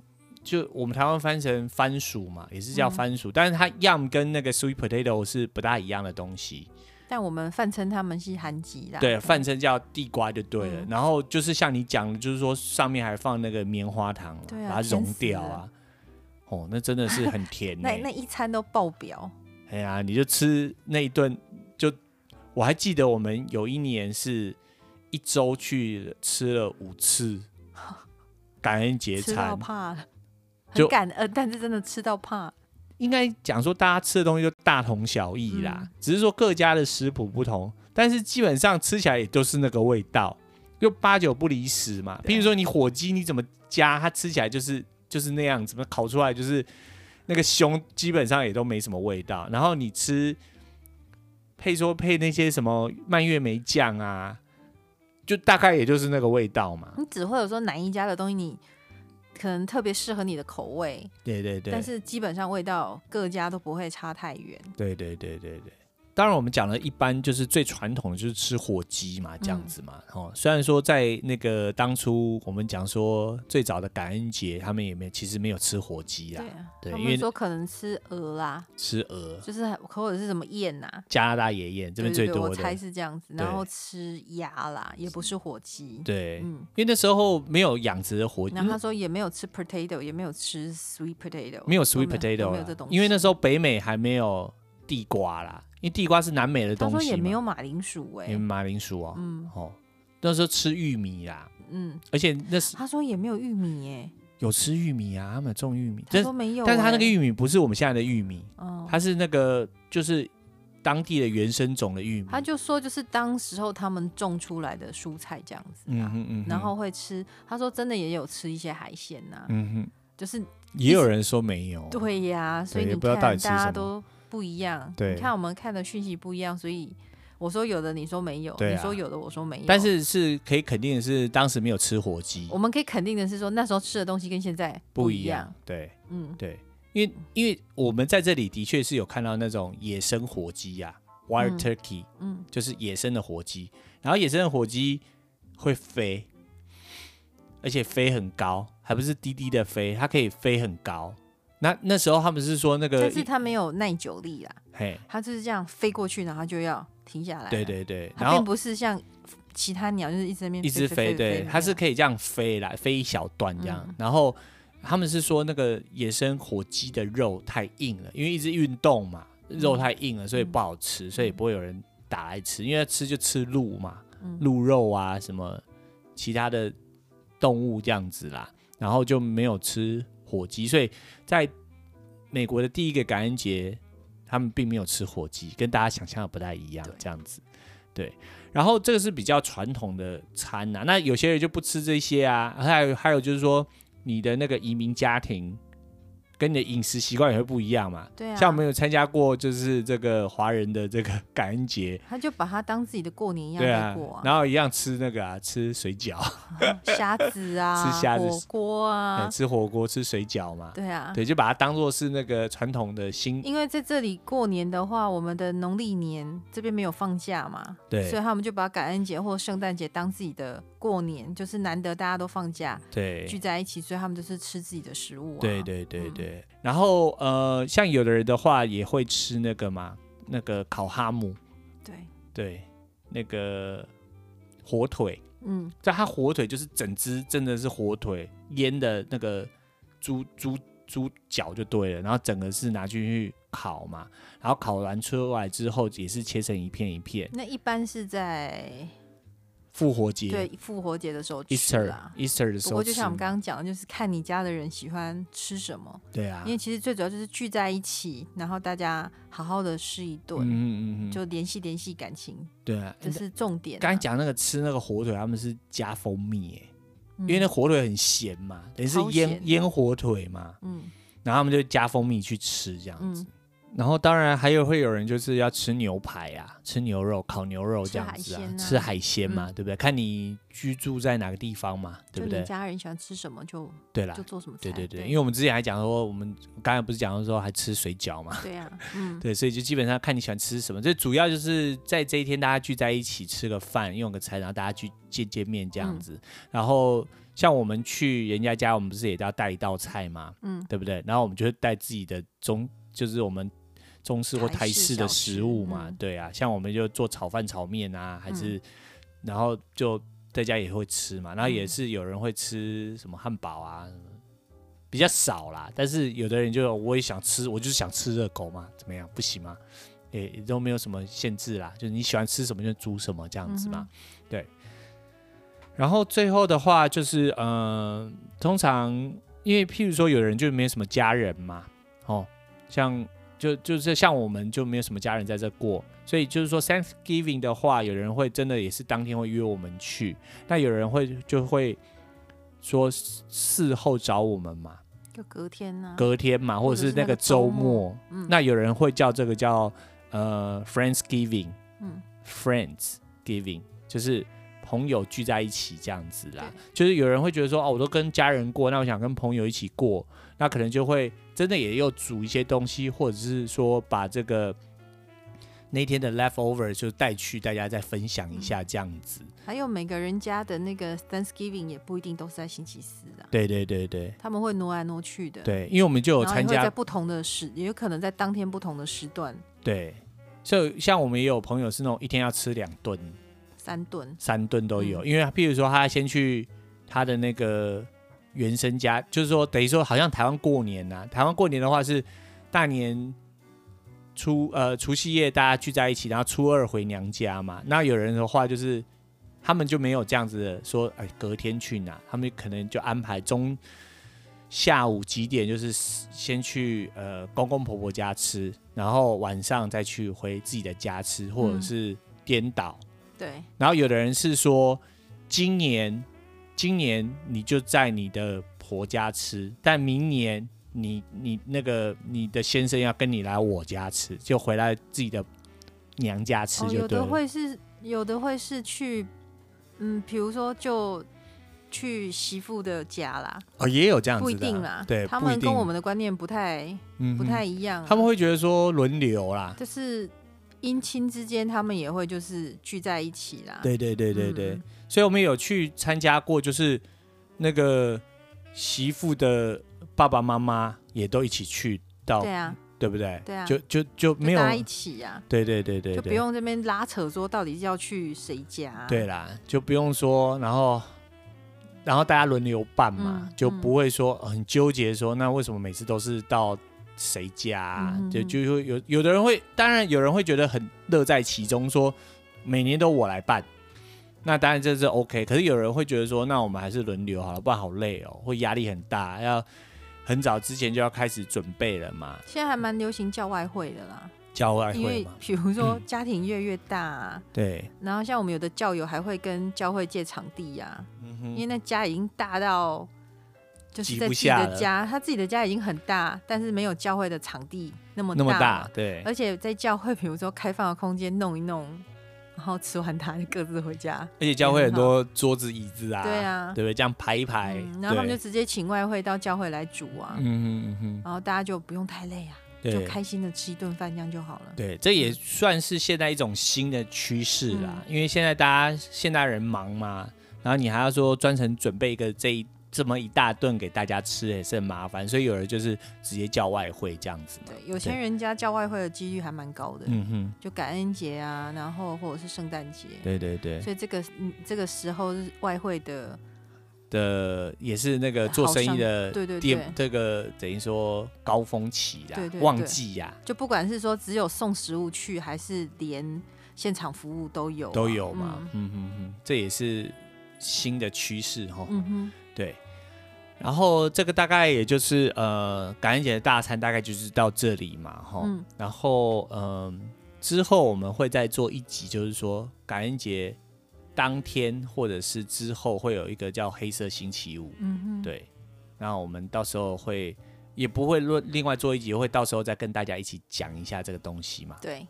Speaker 1: 就我们台湾翻成番薯嘛，也是叫
Speaker 2: 嗯
Speaker 1: 番薯，但是它 yum 跟那个 sweet potato 是不大一样的东西，
Speaker 2: 但我们泛称他们是韩籍啦，
Speaker 1: 对，泛称叫地瓜就对了。
Speaker 2: 嗯
Speaker 1: 然后就是像你讲的，就是说上面还放那个棉花糖嘛，
Speaker 2: 对啊
Speaker 1: 把它
Speaker 2: 甜
Speaker 1: 融
Speaker 2: 死
Speaker 1: 掉
Speaker 2: 了
Speaker 1: 啊。哦，那真的是很甜、
Speaker 2: <laughs> 那
Speaker 1: 欸。
Speaker 2: 那一餐都爆表，
Speaker 1: 哎呀，你就吃那一顿就，我还记得我们有一年是一周去吃了五
Speaker 2: <laughs>
Speaker 1: 次感恩节
Speaker 2: 吃到
Speaker 1: 餐，
Speaker 2: 怕
Speaker 1: <laughs>
Speaker 2: 了，很
Speaker 1: 就
Speaker 2: 感恩，但是真的吃到怕。
Speaker 1: 应该讲说大家吃的东西都大同小异啦，
Speaker 2: 嗯
Speaker 1: 只是说各家的食谱不同，但是基本上吃起来也都是那个味道，就八九不离十嘛。
Speaker 2: 对
Speaker 1: 譬
Speaker 2: 啊
Speaker 1: 如说你火鸡你怎么加，它吃起来就是就是那样，怎么烤出来就是那个胸基本上也都没什么味道。然后你吃配说配那些什么蔓越莓酱啊，就大概也就是那个味道嘛。
Speaker 2: 你只会有说哪一家的东西你可能特别适合你的口味，
Speaker 1: 对对对，
Speaker 2: 但是基本上味道各家都不会差太远。
Speaker 1: 对对对对对。当然，我们讲了一般就是最传统的就是吃火鸡嘛，这样子嘛。哦，虽然说在那个当初我们讲说最早的感恩节，他们也没其实没有吃火鸡啦
Speaker 2: 对，啊，
Speaker 1: 对
Speaker 2: 他
Speaker 1: 因为
Speaker 2: 们说可能吃鹅啦，
Speaker 1: 吃鹅。
Speaker 2: 就是或者是什么燕呐、
Speaker 1: 加拿大爷宴这边
Speaker 2: 对
Speaker 1: 最
Speaker 2: 对对
Speaker 1: 多
Speaker 2: 我
Speaker 1: 的，
Speaker 2: 猜是这样子。
Speaker 1: 对
Speaker 2: 然后吃鸭啦，也不是火鸡。
Speaker 1: 对，
Speaker 2: 嗯，
Speaker 1: 因为那时候没有养殖的火鸡，
Speaker 2: 然后他说也没有吃 potato，也没有吃 sweet potato，
Speaker 1: 没有
Speaker 2: 都
Speaker 1: sweet
Speaker 2: 都
Speaker 1: potato，
Speaker 2: 没有这
Speaker 1: 啦
Speaker 2: 东西。
Speaker 1: 因为那
Speaker 2: 时
Speaker 1: 时候北美还没有地瓜啦，因为地瓜是南美的
Speaker 2: 他
Speaker 1: 东
Speaker 2: 说
Speaker 1: 西
Speaker 2: 也没有
Speaker 1: 嘛，
Speaker 2: 马铃薯哎、
Speaker 1: 也马铃薯哦，
Speaker 2: 嗯
Speaker 1: 哦，那时候吃玉米啦，
Speaker 2: 嗯，
Speaker 1: 而且那时
Speaker 2: 他说也没有玉米哎、
Speaker 1: 有吃玉米啊，他们种玉米，
Speaker 2: 他
Speaker 1: 但
Speaker 2: 说没有、欸
Speaker 1: 但是它那个，玉米不是我们现在的玉米，
Speaker 2: 嗯，
Speaker 1: 它是那个就是当地的原生种的玉米。
Speaker 2: 他就说就是当时候他们种出来的蔬菜这样子
Speaker 1: 嗯
Speaker 2: 啊、
Speaker 1: 哼嗯哼，
Speaker 2: 然后会吃，他说真的也有吃一些海鲜呐、
Speaker 1: 嗯哼，
Speaker 2: 就是
Speaker 1: 也有人说没有，
Speaker 2: 对呀、所以
Speaker 1: 也
Speaker 2: 你
Speaker 1: 不知道
Speaker 2: 看
Speaker 1: 到
Speaker 2: 大
Speaker 1: 底吃什
Speaker 2: 家
Speaker 1: 么
Speaker 2: 都不一样，
Speaker 1: 对
Speaker 2: 你看我们看的讯息不一样，所以我说有的你说没有，
Speaker 1: 对啊
Speaker 2: 你说有的我说没有，
Speaker 1: 但是是可以肯定的是，当时没有吃火鸡
Speaker 2: 我，们可以肯定的是说那时候吃的东西跟现在
Speaker 1: 不一
Speaker 2: 一样，。
Speaker 1: 对
Speaker 2: 嗯，
Speaker 1: 对，因为因为我们在这里的确是有看到那种野生火鸡呀、w i l
Speaker 2: 嗯
Speaker 1: d turkey，
Speaker 2: 嗯，
Speaker 1: 就是野生的火鸡，然后野生的火鸡会飞，而且飞很高，还不是低低的飞，它可以飞很高。那那时候他们是说那个
Speaker 2: 但是它没有耐久力啦，
Speaker 1: 嘿，
Speaker 2: 它就是这样飞过去，然后就要停下来了，
Speaker 1: 对对对，然
Speaker 2: 它并
Speaker 1: 后
Speaker 2: 不是像其他鸟就是一直在那边
Speaker 1: 一直
Speaker 2: 飞
Speaker 1: 飞，对，它是
Speaker 2: 飞
Speaker 1: 可以这样飞来，飞一小段这样。
Speaker 2: 嗯
Speaker 1: 然后他们是说那个野生火鸡的肉太硬了，因为一直运动嘛，肉
Speaker 2: 嗯
Speaker 1: 太硬了，所以不好吃，所以不会有人打来吃，因为吃就吃鹿嘛，
Speaker 2: 嗯
Speaker 1: 鹿肉啊什么其他的动物这样子啦，然后就没有吃火鸡，所以在美国的第一个感恩节，他们并没有吃火鸡，跟大家想象的不太一样
Speaker 2: 对，
Speaker 1: 这样子。对，然后这个是比较传统的餐呐、啊，那有些人就不吃这些啊，还有还有就是说你的那个移民家庭跟你的饮食习惯也会不一样嘛。
Speaker 2: 对啊，
Speaker 1: 像我们有参加过，就是这个华人的这个感恩节，
Speaker 2: 他就把它当自己的过年一样
Speaker 1: 对
Speaker 2: 在
Speaker 1: 啊
Speaker 2: 过，啊，
Speaker 1: 然后一样吃那个啊，吃水饺，
Speaker 2: 虾
Speaker 1: <laughs>
Speaker 2: 子啊，
Speaker 1: 吃虾子
Speaker 2: 火锅
Speaker 1: <laughs>
Speaker 2: 啊，
Speaker 1: 吃火锅，吃水饺嘛，
Speaker 2: 对啊，
Speaker 1: 对，就把它当做是那个传统的新
Speaker 2: 因为在这里过年的话，我们的农历年这边没有放假嘛，所
Speaker 1: 对
Speaker 2: 以他们就把感恩节或圣诞节当自己的过年，就是难得大家都放假
Speaker 1: 对
Speaker 2: 聚在一起，所以他们就是吃自己的食物、啊。
Speaker 1: 对对对
Speaker 2: 嗯
Speaker 1: 对。然后呃，像有的人的话也会吃那个嘛，那个烤哈姆，
Speaker 2: 对，
Speaker 1: 对，那个火腿，
Speaker 2: 嗯，
Speaker 1: 但它火腿就是整只真的是火腿腌的那个猪猪猪脚就对了，然后整个是拿进去烤嘛，然后烤完出来之后也是切成一片一片，
Speaker 2: 那一般是在
Speaker 1: 复活节
Speaker 2: 对复活节的时候吃
Speaker 1: Easter
Speaker 2: 啦。
Speaker 1: Easter 的时
Speaker 2: 不
Speaker 1: 候吃嘛，
Speaker 2: 过就像我们刚刚讲的，就是看你家的人喜欢吃什么，
Speaker 1: 对啊，
Speaker 2: 因为其实最主要就是聚在一起，然后大家好好的吃一
Speaker 1: 嗯
Speaker 2: 顿，
Speaker 1: 嗯嗯嗯，
Speaker 2: 就联系联系感情，
Speaker 1: 对啊。
Speaker 2: 这是重点啊、
Speaker 1: 刚才讲那个吃那个火腿，他们是加蜂蜜耶，
Speaker 2: 嗯，
Speaker 1: 因为那火腿很咸嘛，等于是
Speaker 2: 超
Speaker 1: 腌
Speaker 2: 咸
Speaker 1: 腌火腿嘛，
Speaker 2: 嗯
Speaker 1: 然后他们就加蜂蜜去吃这样子。
Speaker 2: 嗯，
Speaker 1: 然后当然还有会有人就是要吃牛排啊，吃牛肉、烤牛肉这样子
Speaker 2: 吃海
Speaker 1: 啊，
Speaker 2: 鲜啊
Speaker 1: 吃海鲜嘛，对不对？看你居住在哪个地方嘛，对
Speaker 2: 就
Speaker 1: 不
Speaker 2: 你
Speaker 1: 对？
Speaker 2: 家人喜欢吃什么就
Speaker 1: 对啦
Speaker 2: 就，做什么
Speaker 1: 对
Speaker 2: 菜。
Speaker 1: 对对，因为我们之前还讲说，我们刚才不是讲说还吃水饺嘛，
Speaker 2: 对啊，嗯，
Speaker 1: 对，所以就基本上看你喜欢吃什么，这主要就是在这一天大家聚在一起吃个饭，用个餐，然后大家去见见面这样子。
Speaker 2: 嗯
Speaker 1: 然后像我们去人家家，我们不是也都要带一道菜嘛，
Speaker 2: 嗯
Speaker 1: 对不对？然后我们就会带自己的中，就是我们中式或
Speaker 2: 台
Speaker 1: 台
Speaker 2: 式
Speaker 1: 式的
Speaker 2: 小
Speaker 1: 食
Speaker 2: 吃
Speaker 1: 物嘛，
Speaker 2: 嗯
Speaker 1: 对啊，像我们就做炒饭、炒面啊，还是、然后就在家也会吃嘛，然后也
Speaker 2: 嗯
Speaker 1: 是有人会吃什么汉堡啊。什么比较少啦，但是有的人就我也想吃，我就是想吃热狗嘛，怎么样？不行吗？也、也都没有什么限制啦，就是你喜欢吃什么就煮什么这样子嘛。对，然后最后的话就是，呃，通常因为譬如说有人就没有什么家人嘛，哦，像就就是像我们就没有什么家人在这过，所以就是说 Thanksgiving 的话，有人会真的也是当天会约我们去，那有人会就会说事后找我们嘛，
Speaker 2: 就隔天啊呢、
Speaker 1: 隔天嘛，或者是那个周末，
Speaker 2: 嗯
Speaker 1: 那有人会叫这个叫呃 Friendsgiving。
Speaker 2: 嗯，
Speaker 1: friends giving，就是朋友聚在一起这样子啦。就是有人会觉得说，哦，我都跟家人过，那我想跟朋友一起过，那可能就会真的也有煮一些东西，或者是说把这个那天的 leftover 就带去大家再分享一下这样子。
Speaker 2: 还有每个人家的那个 Thanksgiving 也不一定都是在星期四啊，
Speaker 1: 对对对对
Speaker 2: 他们会挪来挪去的。，
Speaker 1: 对，因为我们就有
Speaker 2: 然后也
Speaker 1: 参
Speaker 2: 会在
Speaker 1: 加，
Speaker 2: 不同的时，也有可能在当天不同的时段
Speaker 1: 对，所以像我们也有朋友是那种一天要吃两顿。
Speaker 2: 三顿。
Speaker 1: 三顿都有，
Speaker 2: 嗯
Speaker 1: 因为譬如说他先去他的那个原生家，就是说等于说好像台湾过年呐、台湾过年的话是大年初呃除夕夜大家聚在一起，然后初二回娘家嘛。那有人的话就是他们就没有这样子的说，哎，隔天去哪？他们可能就安排中下午几点，就是先去呃公公婆婆家吃，然后晚上再去回自己的家吃，或者
Speaker 2: 嗯
Speaker 1: 是颠倒。
Speaker 2: 对，
Speaker 1: 然后有的人是说，今年今年你就在你的婆家吃，但明年你你那个你的先生要跟你来我家吃，就回来自己的娘家吃
Speaker 2: 哦，
Speaker 1: 就
Speaker 2: 有
Speaker 1: 对
Speaker 2: 的
Speaker 1: 了。
Speaker 2: 会是有的会是去，嗯，比如说就去媳妇的家啦，
Speaker 1: 哦，也有这样子
Speaker 2: 不
Speaker 1: 的啊，
Speaker 2: 一定啦，
Speaker 1: 对，
Speaker 2: 他
Speaker 1: 不一
Speaker 2: 们跟
Speaker 1: 定
Speaker 2: 我们的观念不太
Speaker 1: 嗯
Speaker 2: 不
Speaker 1: 哼
Speaker 2: 太一样啊、
Speaker 1: 他们会觉得说轮流啦，
Speaker 2: 就是姻亲之间，他们也会就是聚在一起啦。
Speaker 1: 对对对对对，
Speaker 2: 嗯
Speaker 1: 所以我们有去参加过，就是那个媳妇的爸爸妈妈也都一起去到，
Speaker 2: 对啊，
Speaker 1: 对不对？
Speaker 2: 对啊
Speaker 1: 就就就
Speaker 2: 就
Speaker 1: 没有
Speaker 2: 大家一起呀、
Speaker 1: 对对对对，
Speaker 2: 就不
Speaker 1: 对
Speaker 2: 用这边拉扯说到底是要去谁家、
Speaker 1: 对啦，就不用说，然后然后大家轮流办嘛，
Speaker 2: 嗯
Speaker 1: 就不会说呃很纠结说那为什么每次都是到谁家啊、
Speaker 2: 嗯哼
Speaker 1: 就就会有有的人会，当然有人会觉得很乐在其中，说每年都我来办。那当然这是 OK，可是有人会觉得说，那我们还是轮流好了，不然好累哦，会压力很大，要很早之前就要开始准备了嘛，
Speaker 2: 现在还蛮流行叫外汇的啦，
Speaker 1: 教外
Speaker 2: 因
Speaker 1: 会
Speaker 2: 为
Speaker 1: 嘛，
Speaker 2: 比如说
Speaker 1: 嗯
Speaker 2: 家庭越越大、啊，
Speaker 1: 对，
Speaker 2: 然后像我们有的教友还会跟教会借场地呀、
Speaker 1: 嗯
Speaker 2: 因为
Speaker 1: 哼，
Speaker 2: 那家已经大到就是
Speaker 1: 挤
Speaker 2: 在
Speaker 1: 不
Speaker 2: 自己
Speaker 1: 下
Speaker 2: 的
Speaker 1: 了
Speaker 2: 家，他自己的家已经很大，但是没有教会的场地那么
Speaker 1: 那么
Speaker 2: 嘛
Speaker 1: 大，哎对，
Speaker 2: 而且在教会，比如说开放的空间弄一弄，然后吃完它就各自回家。
Speaker 1: 而且教会很多桌子椅子啊，
Speaker 2: 对啊
Speaker 1: 对不对？这样排一排，
Speaker 2: 嗯，然后他们就
Speaker 1: 对
Speaker 2: 直接请外汇到教会来煮啊，
Speaker 1: 嗯哼嗯
Speaker 2: 然后大家就不用太累啊，
Speaker 1: 哼，
Speaker 2: 就
Speaker 1: 对
Speaker 2: 开心的吃一顿饭，这样就好了。
Speaker 1: 对，这也算是现在一种新的趋势啦。
Speaker 2: 嗯
Speaker 1: 因为现在大家现代人忙嘛，然后你还要说专程准备一个这一这么一大顿给大家吃，也是很麻烦，所以有人就是直接叫外汇这样子嘛。
Speaker 2: 对，有钱人家叫外汇的几率还蛮高的，
Speaker 1: 嗯哼，
Speaker 2: 就感恩节啊，然后或者是圣诞节，
Speaker 1: 对对对
Speaker 2: 所以这个嗯这个时候是外汇的，
Speaker 1: 的，也是那个做生意的
Speaker 2: 好像对对对
Speaker 1: 呃店，这个等于说高峰期啦
Speaker 2: 对对，对
Speaker 1: 旺季呀
Speaker 2: 就不管是说只有送食物去，还是连现场服务都有啊、
Speaker 1: 都有嘛
Speaker 2: 嗯。
Speaker 1: 嗯哼哼，这也是新的趋势哈。
Speaker 2: 嗯哼，
Speaker 1: 对。然后这个大概也就是呃感恩节的大餐大概就是到这里嘛哈，
Speaker 2: 嗯
Speaker 1: 然后嗯、之后我们会再做一集，就是说感恩节当天或者是之后会有一个叫黑色星期五，
Speaker 2: 嗯哼，
Speaker 1: 对，那我们到时候会也不会论另外做一集，会到时候再跟大家一起讲一下这个东西嘛，
Speaker 2: 对，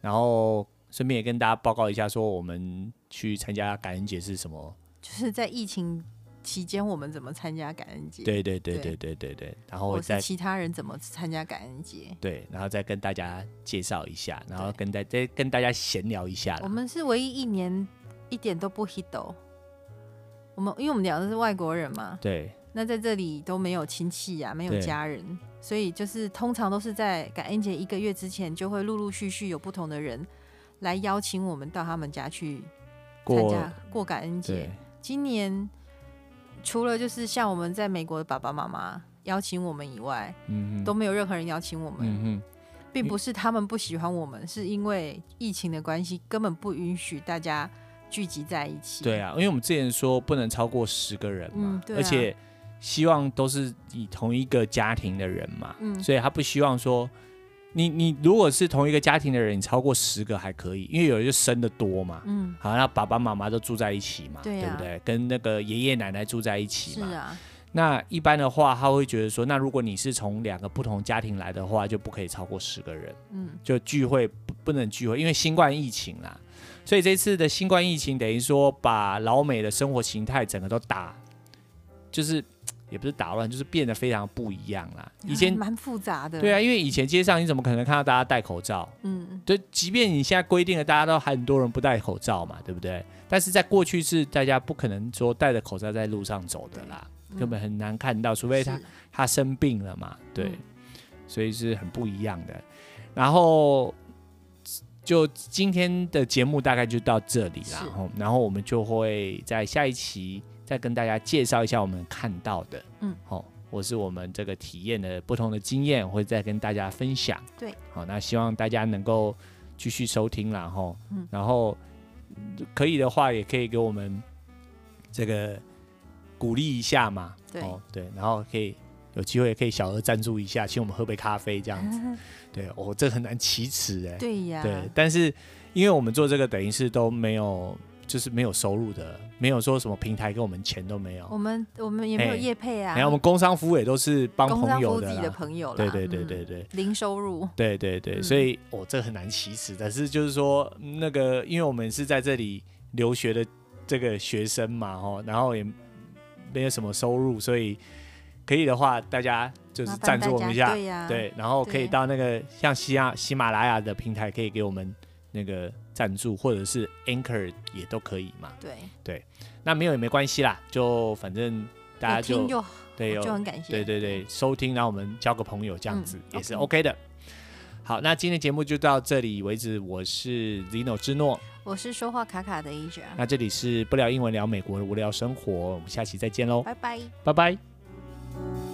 Speaker 1: 然后顺便也跟大家报告一下说我们去参加感恩节是什么
Speaker 2: 就是在疫情期间，我们怎么参加感恩节？，
Speaker 1: 对对对对
Speaker 2: 对
Speaker 1: 对对对，然后
Speaker 2: 或
Speaker 1: 再
Speaker 2: 是其他人怎么参加感恩节？
Speaker 1: 对，然后再跟大家介绍一下，然后
Speaker 2: 对
Speaker 1: 跟大再跟大家闲聊一下
Speaker 2: 我
Speaker 1: 啦。
Speaker 2: 们是唯一一年一点都不 hit 哦我们因为我们两个是外国人嘛，
Speaker 1: 对
Speaker 2: 那在这里都没有亲戚呀、没有
Speaker 1: 对
Speaker 2: 家人，所以就是通常都是在感恩节一个月之前，就会陆陆续续有不同的人来邀请我们到他们家去参
Speaker 1: 过
Speaker 2: 加过感恩节
Speaker 1: 对。
Speaker 2: 今年除了就是像我们在美国的爸爸妈妈邀请我们以外，
Speaker 1: 嗯
Speaker 2: 都
Speaker 1: 哼
Speaker 2: 没有任何人邀请我们。
Speaker 1: 嗯
Speaker 2: 并不是他们不喜欢我们，是因为疫情的关系，根本不允许大家聚集在一起。
Speaker 1: 对啊，因为我们之前说不能超过十个人嘛
Speaker 2: 嗯，对啊
Speaker 1: 而且希望都是以同一个家庭的人嘛，
Speaker 2: 嗯
Speaker 1: 所以他不希望说你你如果是同一个家庭的人，你超过十个还可以，因为有人就生的多嘛，
Speaker 2: 嗯，
Speaker 1: 好，那爸爸妈妈都住在一起嘛，
Speaker 2: 对啊
Speaker 1: 不对？跟那个爷爷奶奶住在一起
Speaker 2: 是
Speaker 1: 嘛。
Speaker 2: 啊，
Speaker 1: 那一般的话，他会觉得说，那如果你是从两个不同家庭来的话，就不可以超过十个人，
Speaker 2: 嗯
Speaker 1: 就聚会不不能聚会，因为新冠疫情啦。所以这次的新冠疫情等于说把老美的生活形态整个都打，就是也不是打乱，就是变得非常不一样啦。以前
Speaker 2: 蛮复杂的。
Speaker 1: 对啊，因为以前街上你怎么可能看到大家戴口罩？
Speaker 2: 嗯，
Speaker 1: 对，即便你现在规定了，大家都很多人不戴口罩嘛，对不对？但是在过去是大家不可能说戴着口罩在路上走的啦，
Speaker 2: 嗯
Speaker 1: 根本很难看到，除非他
Speaker 2: 是
Speaker 1: 他生病了嘛，对，
Speaker 2: 嗯
Speaker 1: 所以是很不一样的。然后就今天的节目大概就到这里啦
Speaker 2: 是，
Speaker 1: 吼然后我们就会在下一期再跟大家介绍一下我们看到的，
Speaker 2: 嗯，
Speaker 1: 哦，或是我们这个体验的不同的经验，会再跟大家分享。
Speaker 2: 对，
Speaker 1: 好，那希望大家能够继续收听啦，吼，
Speaker 2: 嗯
Speaker 1: 然后嗯可以的话，也可以给我们这个鼓励一下嘛，
Speaker 2: 对
Speaker 1: 哦，对，然后可以有机会也可以小额赞助一下，请我们喝杯咖啡这样子。对，哦，这很难启齿哎。
Speaker 2: 嗯对啊呀，
Speaker 1: 对，但是因为我们做这个等于是都没有，就是没有收入的，没有说什么平台给我们钱都没有，
Speaker 2: 我们我们也没有
Speaker 1: 嘿
Speaker 2: 业配啊，
Speaker 1: 然后哎我们工商服务也都是帮
Speaker 2: 工
Speaker 1: 朋
Speaker 2: 商服
Speaker 1: 友
Speaker 2: 务自
Speaker 1: 的
Speaker 2: 己
Speaker 1: 啦。
Speaker 2: 的朋友啦，
Speaker 1: 对对对
Speaker 2: 嗯
Speaker 1: 对对。
Speaker 2: 零收入，
Speaker 1: 对对对，
Speaker 2: 嗯
Speaker 1: 所以我、哦、这很难启齿，但是就是说那个，因为我们是在这里留学的这个学生嘛，哦，然后也没有什么收入，所以可以的话，大家就是
Speaker 2: 麻烦
Speaker 1: 赞助我
Speaker 2: 大
Speaker 1: 们一
Speaker 2: 家
Speaker 1: 下，
Speaker 2: 对呀，
Speaker 1: 对，然后可以
Speaker 2: 啊对
Speaker 1: 到那个像喜亚喜马拉雅的平台，可以给我们那个赞助，或者是 Anchor 也都可以嘛。
Speaker 2: 对，
Speaker 1: 那没有也没关系啦，就反正大家
Speaker 2: 有
Speaker 1: 就
Speaker 2: 听就
Speaker 1: 对有
Speaker 2: 就很感谢，
Speaker 1: 对对对，收听，然后我们交个朋友，这样
Speaker 2: 嗯
Speaker 1: 子、也是
Speaker 2: OK
Speaker 1: OK 的。好，那今天节目就到这里为止。我是 Zino 之诺，
Speaker 2: 我是说话卡卡的 Asia，
Speaker 1: 那这里是不聊英文聊美国的无聊生活，我们下期再见喽，
Speaker 2: 拜拜。
Speaker 1: 拜拜。